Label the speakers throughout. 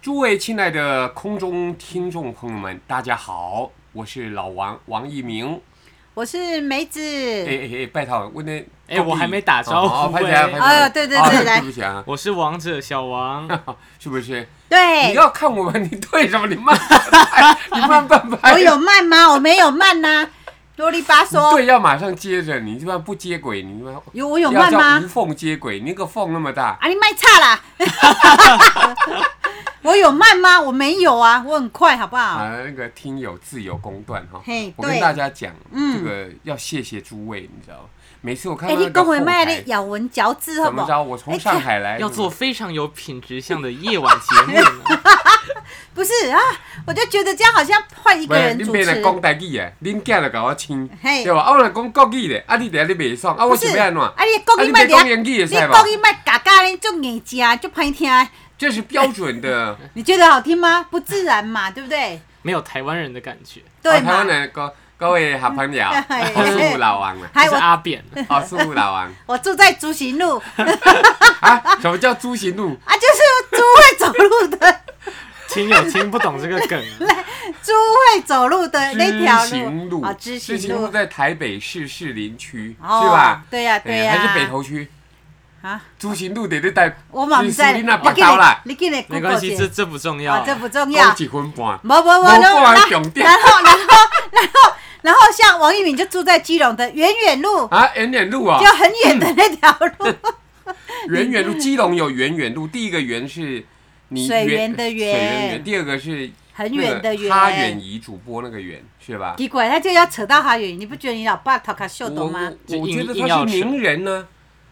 Speaker 1: 诸位亲爱的空中听众朋友们，大家好，我是老王王一鸣。
Speaker 2: 我是梅子。
Speaker 1: 哎哎哎，拜托，我那
Speaker 3: 哎我还没打招呼
Speaker 1: 哦拍起
Speaker 3: 哎
Speaker 1: 来，拍起来
Speaker 2: 哎呦对对
Speaker 1: 啊
Speaker 2: 对来
Speaker 1: 对不起啊，
Speaker 3: 我是王者小王，
Speaker 1: 是不是？你
Speaker 2: 对，
Speaker 1: 要看我们，你对什么？你慢半拍，你慢半拍，
Speaker 2: 我有慢吗？我没有慢呐、啰里吧嗦。
Speaker 1: 对，要马上接着，你他妈不接轨，你他妈
Speaker 2: 有我有
Speaker 1: 要
Speaker 2: 慢
Speaker 1: 叫
Speaker 2: 吗
Speaker 1: 无？缝接轨，你那个缝那么大，
Speaker 2: 啊，你卖差啦！ 我有慢吗？我没有啊，我很快，好不好？
Speaker 1: 啊，那个听友自有公断哈
Speaker 2: 嘿。
Speaker 1: 我跟
Speaker 2: 对
Speaker 1: 大家讲，
Speaker 2: 嗯
Speaker 1: 这个要谢谢诸位，你知道吗？每次我看
Speaker 2: 哎、
Speaker 1: 到
Speaker 2: 你
Speaker 1: 那个
Speaker 2: 跟
Speaker 1: 后
Speaker 2: 我卖
Speaker 1: 台
Speaker 2: 的，咬文嚼字，好
Speaker 1: 怎么
Speaker 2: 不好？
Speaker 1: 着？我从上海来，
Speaker 3: 要做非常有品质像的夜晚节目呢。
Speaker 2: 不是啊，我就觉得这样好像换一
Speaker 1: 不
Speaker 2: 个
Speaker 1: 是，
Speaker 2: 人
Speaker 1: 恁
Speaker 2: 主
Speaker 1: 别来
Speaker 2: 持。
Speaker 1: 讲台语诶，恁囝就甲我亲，
Speaker 2: 嘿
Speaker 1: 对吧？啊，我来讲国语咧，啊，你伫遐你袂爽，啊，我
Speaker 2: 不
Speaker 1: 是
Speaker 2: 是，
Speaker 1: 要安怎？
Speaker 2: 啊，你的国
Speaker 1: 啊
Speaker 2: 语
Speaker 1: 你
Speaker 2: 卖
Speaker 1: 别
Speaker 2: 的，
Speaker 1: 讲
Speaker 2: 你
Speaker 1: 英语也使吧
Speaker 2: 国？语卖嘎嘎的，就硬夹，就歹听。
Speaker 1: 这是标准 的。哦
Speaker 2: 你觉得好听吗？不自然嘛，对不对？
Speaker 3: 没有台湾人的感觉，
Speaker 2: 对
Speaker 1: 啊台
Speaker 2: 嘛
Speaker 1: 湾？的各各位好朋 友，
Speaker 2: 嗯哎
Speaker 1: 我是吴老王啊，
Speaker 3: 就
Speaker 2: 还
Speaker 3: 是
Speaker 2: 我
Speaker 3: 阿扁。
Speaker 1: 我是吴老王
Speaker 2: 我住在竹行路
Speaker 1: 啊。什么叫猪行路？
Speaker 2: 啊，就是猪会走路的，
Speaker 3: 听友听不懂这个 梗啊，
Speaker 2: 猪会走路的 那条
Speaker 1: 知行
Speaker 2: 路
Speaker 1: 路
Speaker 2: 啊，知
Speaker 1: 知
Speaker 2: 行
Speaker 1: 行路
Speaker 2: 路
Speaker 1: 在台北市士林区，是
Speaker 2: 哦
Speaker 1: 吧？
Speaker 2: 对呀，
Speaker 1: 哎
Speaker 2: 对呀，
Speaker 1: 还是北投区？
Speaker 2: 啊，
Speaker 1: 知行路得在台，
Speaker 2: 我嘛不知道，
Speaker 1: 你那
Speaker 2: 你
Speaker 1: 北
Speaker 2: 给
Speaker 1: 投啦，
Speaker 2: 你给你
Speaker 3: 没关系，这这不重要
Speaker 2: 啊
Speaker 1: 哦
Speaker 3: 啊。，
Speaker 2: 这不重要
Speaker 1: 讲。一分半，
Speaker 2: 不不不，
Speaker 1: 没
Speaker 2: 然后
Speaker 1: 半
Speaker 2: 然后
Speaker 1: 重点
Speaker 2: 然后然后然后然后像王一敏就住在基隆的远远路，
Speaker 1: 啊，远远路啊
Speaker 2: 就，很远的那条路，
Speaker 1: 嗯远远路，基隆有远远路，第一个远是你
Speaker 2: 水源的
Speaker 1: 水
Speaker 2: 源
Speaker 1: 源远，第二个是
Speaker 2: 很
Speaker 1: 那
Speaker 2: 远
Speaker 1: 个
Speaker 2: 的
Speaker 1: 哈远
Speaker 2: 远。
Speaker 1: 仪主播那个远是吧？
Speaker 2: 奇怪，他就要扯到哈远，你不觉得你老爸头壳秀
Speaker 1: 我
Speaker 2: 懂吗？
Speaker 1: 我我
Speaker 3: 就
Speaker 1: 觉
Speaker 3: 硬
Speaker 1: 得
Speaker 3: 硬
Speaker 1: 他
Speaker 3: 要
Speaker 1: 是
Speaker 3: 扯
Speaker 1: 名人呢，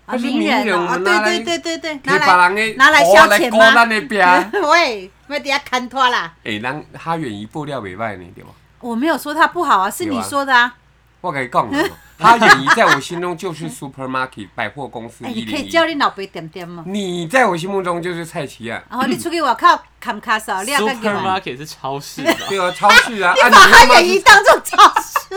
Speaker 1: 他
Speaker 2: 啊，
Speaker 1: 嗯是
Speaker 2: 名
Speaker 1: 名人，
Speaker 2: 人
Speaker 1: 我
Speaker 2: 啊，
Speaker 1: 们拿来
Speaker 2: 对对对对对，
Speaker 1: 可以
Speaker 2: 拿
Speaker 1: 把
Speaker 2: 来
Speaker 1: 人的
Speaker 2: 拿来
Speaker 1: 头
Speaker 2: 消
Speaker 1: 来
Speaker 2: 遣
Speaker 1: 勾
Speaker 2: 吗
Speaker 1: 咱的边。
Speaker 2: 喂，没底下砍拖啦！
Speaker 1: 哎，咱哈远仪布料袂歹呢，对吧？
Speaker 2: 我没有说他不好啊，是你说的啊。
Speaker 1: 我跟你讲 了，哈远仪在我心中就是 supermarket 百货公司
Speaker 2: 哎、
Speaker 1: 一
Speaker 2: 你可
Speaker 1: 零
Speaker 2: 以
Speaker 1: 一嗯
Speaker 2: 叫，你老爸点点嘛。
Speaker 1: 你在我心目中就是蔡奇啊，
Speaker 2: 然后你出去外口砍卡扫，你也干嘛？
Speaker 3: Supermarket 是超市吧？
Speaker 1: 对啊，超市啊，
Speaker 2: 你
Speaker 1: 啊
Speaker 2: 把
Speaker 1: 你他妈
Speaker 2: 他
Speaker 1: 是
Speaker 2: 远一当做超市，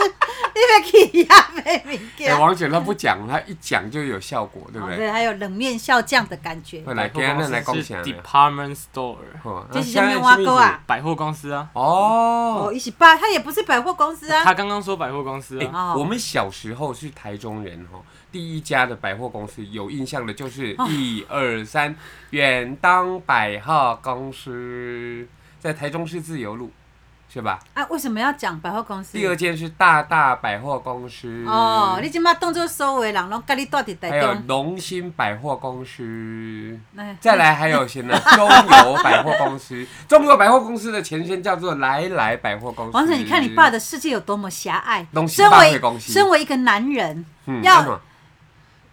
Speaker 2: 你别去呀，没名
Speaker 1: 哎、
Speaker 2: 家。
Speaker 1: 王姐她不讲，她一讲就有效果，对不
Speaker 2: 哦
Speaker 1: 对？
Speaker 2: 对，还有冷面笑匠的感觉。
Speaker 1: 会来给咱来讲啥
Speaker 3: 百货公司是
Speaker 1: 呢？
Speaker 3: Department Store，
Speaker 1: 哦
Speaker 2: 这是
Speaker 1: 啊
Speaker 2: 什么碗糕啊？
Speaker 3: 百货公司啊。
Speaker 2: 哦，
Speaker 1: 哦，
Speaker 2: 一起爸，他也不是百货公司啊
Speaker 3: 他。刚刚说百货公司
Speaker 1: 哎、
Speaker 3: 啊，
Speaker 2: 哦
Speaker 1: 我们小时候是台中人哈、哦，第一家的百货公司有印象的就是
Speaker 2: 哦
Speaker 1: 一二三远当百货公司，在台中市自由路，是吧？
Speaker 2: 啊，为什么要讲百货公司？
Speaker 1: 第二间是大大百货公司，
Speaker 2: 哦，你今麦当做所有的人拢跟你住伫
Speaker 1: 还
Speaker 2: 台
Speaker 1: 有
Speaker 2: 中。
Speaker 1: 龙兴百货公司。
Speaker 2: 哎
Speaker 1: 再来还有些呢，中油百货公司，中油百货公司的前身叫做来来百货公司。
Speaker 2: 王总，你看你爸的世界有多么狭隘
Speaker 1: 东。西
Speaker 2: 身
Speaker 1: 大会
Speaker 2: 为
Speaker 1: 公司
Speaker 2: 身为一个男人，
Speaker 1: 嗯
Speaker 2: 要
Speaker 1: 安怎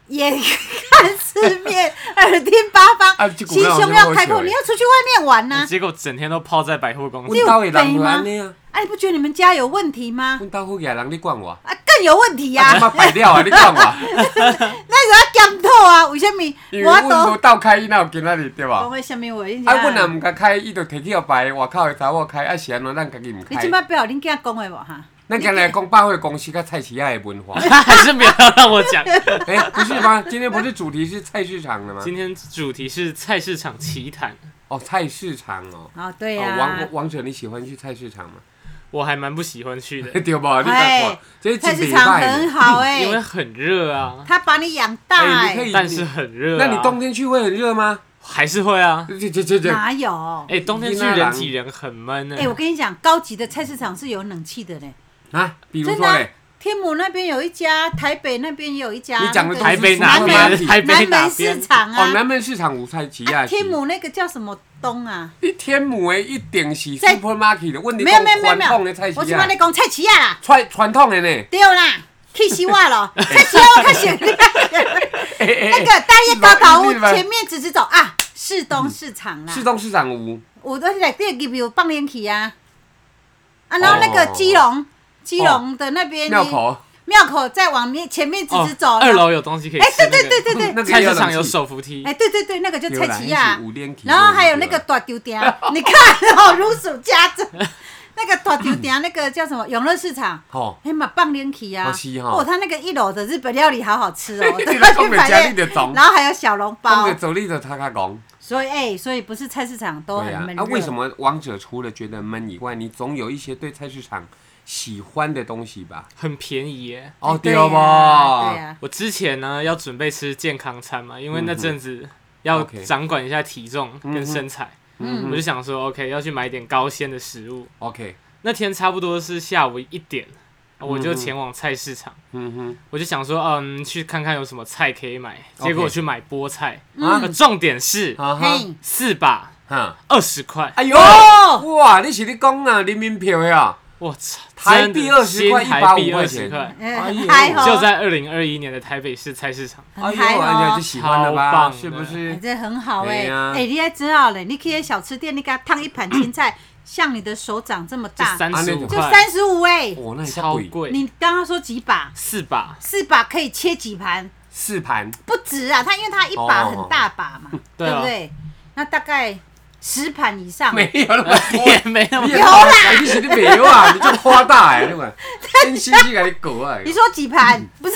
Speaker 2: 也看四面，耳听八
Speaker 1: 啊
Speaker 2: 方，
Speaker 1: 这股
Speaker 2: 心
Speaker 1: 票
Speaker 2: 胸
Speaker 1: 我
Speaker 2: 要
Speaker 1: 就
Speaker 2: 开
Speaker 1: 没有
Speaker 2: 阔，你要出去外面玩啊
Speaker 1: 啊
Speaker 2: 呐、
Speaker 3: 啊结果整天都泡在百货公司
Speaker 2: 你。有
Speaker 1: 阮兜的人
Speaker 2: 病
Speaker 1: 就
Speaker 2: 吗
Speaker 1: 安尼啊，
Speaker 2: 哎、你不觉得你们家有问题吗？
Speaker 1: 阮兜附近的人你管我，
Speaker 2: 啊，更有问题呀、
Speaker 1: 啊，他妈
Speaker 2: 啊！
Speaker 1: 摆了啊，你管 我，
Speaker 2: 那时候检讨啊，为什么
Speaker 1: 因为
Speaker 2: 我
Speaker 1: 阮无
Speaker 2: 都
Speaker 1: 斗开，伊哪有今仔日对
Speaker 2: 讲
Speaker 1: 吧？
Speaker 2: 为什么我人
Speaker 1: 啊，
Speaker 2: 家？
Speaker 1: 阮若毋甲开，伊就摕去互别外口的查某开，啊是安怎咱家己毋
Speaker 2: 你
Speaker 1: 开
Speaker 2: 今？摆不要恁囝讲话无哈？
Speaker 1: 咱今来讲百货公司甲菜市仔的文化，
Speaker 3: 他 还是不要让我讲。
Speaker 1: 哎，不是吗？今天不是主题 是啊菜市场的吗？
Speaker 3: 今天主题是菜市场奇谈，
Speaker 1: 哦，菜市场哦。
Speaker 2: 哦，对
Speaker 1: 哦
Speaker 2: 呀、啊
Speaker 1: 王王者，你喜欢去菜市场吗？
Speaker 3: 我还蛮不喜欢去 的，
Speaker 1: 对吧？你
Speaker 2: 哎
Speaker 1: 看看，这是
Speaker 2: 菜
Speaker 1: 几
Speaker 2: 市
Speaker 1: 礼
Speaker 2: 场
Speaker 1: 拜呢
Speaker 2: 很好 哎、
Speaker 3: 因为很热啊，
Speaker 2: 他把你养大
Speaker 1: 哎
Speaker 2: 哎、
Speaker 1: 你可以
Speaker 3: 但是很热、啊。
Speaker 1: 那你冬天去会很热吗？
Speaker 3: 还是会 啊？
Speaker 1: 这这这这，
Speaker 2: 哪有？
Speaker 3: 哎、冬天去人挤人很闷呢、
Speaker 2: 哎、我跟你讲，高级的菜市场是有冷气的嘞。
Speaker 1: 啊，比如
Speaker 2: 真
Speaker 1: 说
Speaker 2: 的啊、
Speaker 1: 嘞，
Speaker 2: 天母那边有一家，台北那边也有一家。
Speaker 1: 你讲的都
Speaker 2: 那个
Speaker 3: 台北哪
Speaker 2: 南
Speaker 3: 边？
Speaker 1: 边
Speaker 3: 台北
Speaker 2: 南
Speaker 3: 哪
Speaker 2: 门
Speaker 3: 边
Speaker 2: 市？场
Speaker 1: 哦，
Speaker 2: 啊，
Speaker 1: 南门市场五菜旗
Speaker 2: 啊
Speaker 1: 啊，
Speaker 2: 天母那个叫什么东啊？
Speaker 1: 你天母诶，一定是
Speaker 2: 在
Speaker 1: supermarket 的，问题
Speaker 2: 没有没有没有
Speaker 1: 传
Speaker 2: 没
Speaker 1: 统的菜
Speaker 2: 有，我
Speaker 1: 市
Speaker 2: 是把
Speaker 1: 啊
Speaker 2: 你，讲菜市啊啦，
Speaker 1: 传传统的呢，
Speaker 2: 对啦，气死我 了，菜市啊我看选
Speaker 1: 哎哎
Speaker 2: 那
Speaker 1: 哎
Speaker 2: 个大叶高岛屋
Speaker 1: 你们
Speaker 2: 前面直直走啊，市东市场 啦
Speaker 1: 市，东市场有，
Speaker 2: 我都在这里有放烟起啊，啊，然后那个基隆基隆的那边
Speaker 1: 哦庙口哦
Speaker 2: 庙口再往面前面直直走，
Speaker 3: 欸哦二楼有东西可以吃、
Speaker 2: 哎
Speaker 3: 那
Speaker 2: 对
Speaker 3: 个
Speaker 2: 对对对对
Speaker 1: 那个
Speaker 3: 菜
Speaker 1: 也有
Speaker 3: 市场有
Speaker 1: 冷气
Speaker 3: 手扶梯，
Speaker 2: 哎，对对对，那个就
Speaker 1: 对
Speaker 2: 菜
Speaker 1: 啦
Speaker 2: 奇
Speaker 1: 那
Speaker 2: 亚
Speaker 1: 是有冷气，
Speaker 2: 然后还有那个大丢丢，你看哦，如数家珍。那个大酒店那个叫什么永乐市场，
Speaker 1: 吼，
Speaker 2: 哎嘛棒连起啊
Speaker 1: 好吃，哦
Speaker 2: 哦，他那个一楼的日本料理好好吃 哦，
Speaker 1: 你
Speaker 2: 真
Speaker 1: 来
Speaker 2: 的
Speaker 1: 讲
Speaker 2: 去
Speaker 1: 的
Speaker 2: 排
Speaker 1: 家你
Speaker 2: 队，
Speaker 1: 就懂，
Speaker 2: 然后还有小笼
Speaker 1: 讲的
Speaker 2: 包，
Speaker 1: 走你就他他讲。
Speaker 2: 所以哎、所以不是菜市场都
Speaker 1: 对
Speaker 2: 哦很
Speaker 1: 呀，
Speaker 2: 闷
Speaker 1: 啊，
Speaker 2: 热。
Speaker 1: 为什？么王者除了觉得闷以外，你总有一些对菜市场喜欢的东西吧？
Speaker 3: 很便宜耶。
Speaker 1: 哦，
Speaker 2: 对呀
Speaker 1: 哦
Speaker 2: 对啊呀、
Speaker 3: 我之前呢要准备吃健康餐嘛，因为那阵子要
Speaker 1: 嗯 OK 嗯
Speaker 3: 掌管一下体重跟身材，我就想说 OK 要去买点高鲜的食物。
Speaker 1: ，OK，
Speaker 3: 那天差不多是下午一点，我就前往菜市场，
Speaker 1: 嗯
Speaker 3: 我就想说嗯去看看有什么菜可以买，
Speaker 1: OK
Speaker 3: 结果我去买菠菜，
Speaker 2: 嗯
Speaker 1: 哼，啊
Speaker 3: 呃重点是
Speaker 1: 啊哈，
Speaker 2: 嘿，
Speaker 3: 四把
Speaker 1: 哈，
Speaker 3: 二十块，
Speaker 1: 哎呦，
Speaker 2: 哦
Speaker 1: 哇，你是你讲啊，人民票呀，
Speaker 3: 我操，
Speaker 1: 台
Speaker 3: 真的
Speaker 1: 币20块
Speaker 3: 新台
Speaker 1: 150
Speaker 3: 币
Speaker 1: 块
Speaker 3: 二
Speaker 1: 钱
Speaker 3: 十块，
Speaker 1: 哎呦
Speaker 2: 嗯，还好，
Speaker 3: 就在二零二一年的台北市菜市场，
Speaker 1: 哎
Speaker 2: 很
Speaker 1: 呦，
Speaker 2: 嗨
Speaker 1: 人家
Speaker 2: 哦
Speaker 1: 就。喜欢了
Speaker 3: 超
Speaker 1: 吧？
Speaker 3: 棒的
Speaker 1: 是不
Speaker 2: 哎
Speaker 1: 是？
Speaker 2: 这很好哎、
Speaker 1: 对
Speaker 2: 哎、
Speaker 1: 呀
Speaker 2: 你还知道嘞？你去那小吃店，你给它烫一盘青菜，像你的手掌这么
Speaker 3: 就
Speaker 2: 大，
Speaker 3: 三
Speaker 1: 啊
Speaker 3: 十
Speaker 2: 就
Speaker 3: 五块，
Speaker 2: 三十五哎。
Speaker 1: 哦，那也叫
Speaker 3: 超
Speaker 1: 贵，
Speaker 3: 贵，
Speaker 2: 你刚刚说几把？
Speaker 3: 四 把，
Speaker 2: 四把可以切几盘？
Speaker 1: 四盘，
Speaker 2: 不止啊，它因为它一把
Speaker 1: 哦
Speaker 2: 很大 把嘛，
Speaker 3: 对
Speaker 2: 不
Speaker 3: 啊
Speaker 2: 对？那大概十盘以上，
Speaker 1: 没有那么
Speaker 3: 也没那 么
Speaker 1: 你
Speaker 3: 贵
Speaker 1: 也夸大你是你没有啊？你 这夸大哎，对吧？真心是给你狗啊，
Speaker 2: 你说几 盘？不是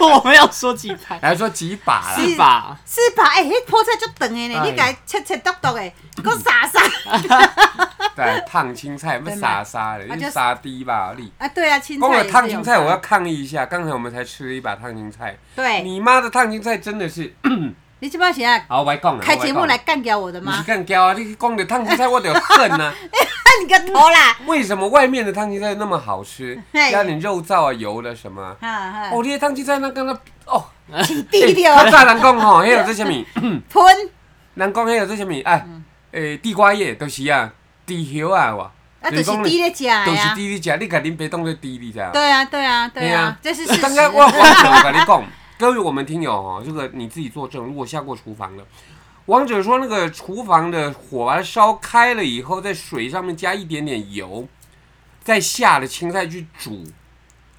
Speaker 3: 我们要说几盘？
Speaker 1: 还哎说几把啦？
Speaker 2: 是
Speaker 3: 四把，
Speaker 2: 四把，哎、迄菠菜足长的呢，
Speaker 1: 哎
Speaker 2: 你家切切剁剁的，搁撒 撒。
Speaker 1: 对，烫青菜不傻傻的，
Speaker 2: 对嘛
Speaker 1: 你傻逼吧你！
Speaker 2: 啊，对啊，青
Speaker 1: 光
Speaker 2: 菜
Speaker 1: 了
Speaker 2: 也
Speaker 1: 烫
Speaker 2: 是
Speaker 1: 青
Speaker 2: 有
Speaker 1: 菜，哦我要
Speaker 2: 差
Speaker 1: 抗议一下。刚才我们才吃了一把烫青菜，
Speaker 2: 对，
Speaker 1: 你妈的烫青菜真的是……
Speaker 2: 你这帮谁啊？
Speaker 1: 好，我来讲了，
Speaker 2: 开节目
Speaker 1: 我
Speaker 2: 来
Speaker 1: 来
Speaker 2: 干掉我的
Speaker 1: 讲了。你
Speaker 2: 吗
Speaker 1: 是？干胶啊！你光了烫青菜，我得恨啊呐！
Speaker 2: 看你个头啦！
Speaker 1: 为什么外面的烫青菜那么好吃？
Speaker 2: 嘿
Speaker 1: 加点肉燥啊、油的什么啊？
Speaker 2: 哈哈，
Speaker 1: 哦，你的烫青菜那刚刚哦，
Speaker 2: 低调
Speaker 1: 他炸人讲吼，还有这些米，
Speaker 2: 哦喷
Speaker 1: 人讲还有这些米，哎，诶，地瓜叶都是啊，地叶啊，哇，
Speaker 2: 啊，就是低咧食的
Speaker 1: 都是
Speaker 2: 呀。
Speaker 1: 地里吃，你肯定别当做地里吃。
Speaker 2: 对啊，对啊，对
Speaker 1: 嘿
Speaker 2: 啊
Speaker 1: 啊，
Speaker 2: 这是事实。
Speaker 1: 刚刚我王者，我跟你讲，各位我们听友哦，这个你自己作证。如果下过厨房的，王者说那个厨房的火把它烧开了以后，在水上面加一点点油，再下了青菜去煮，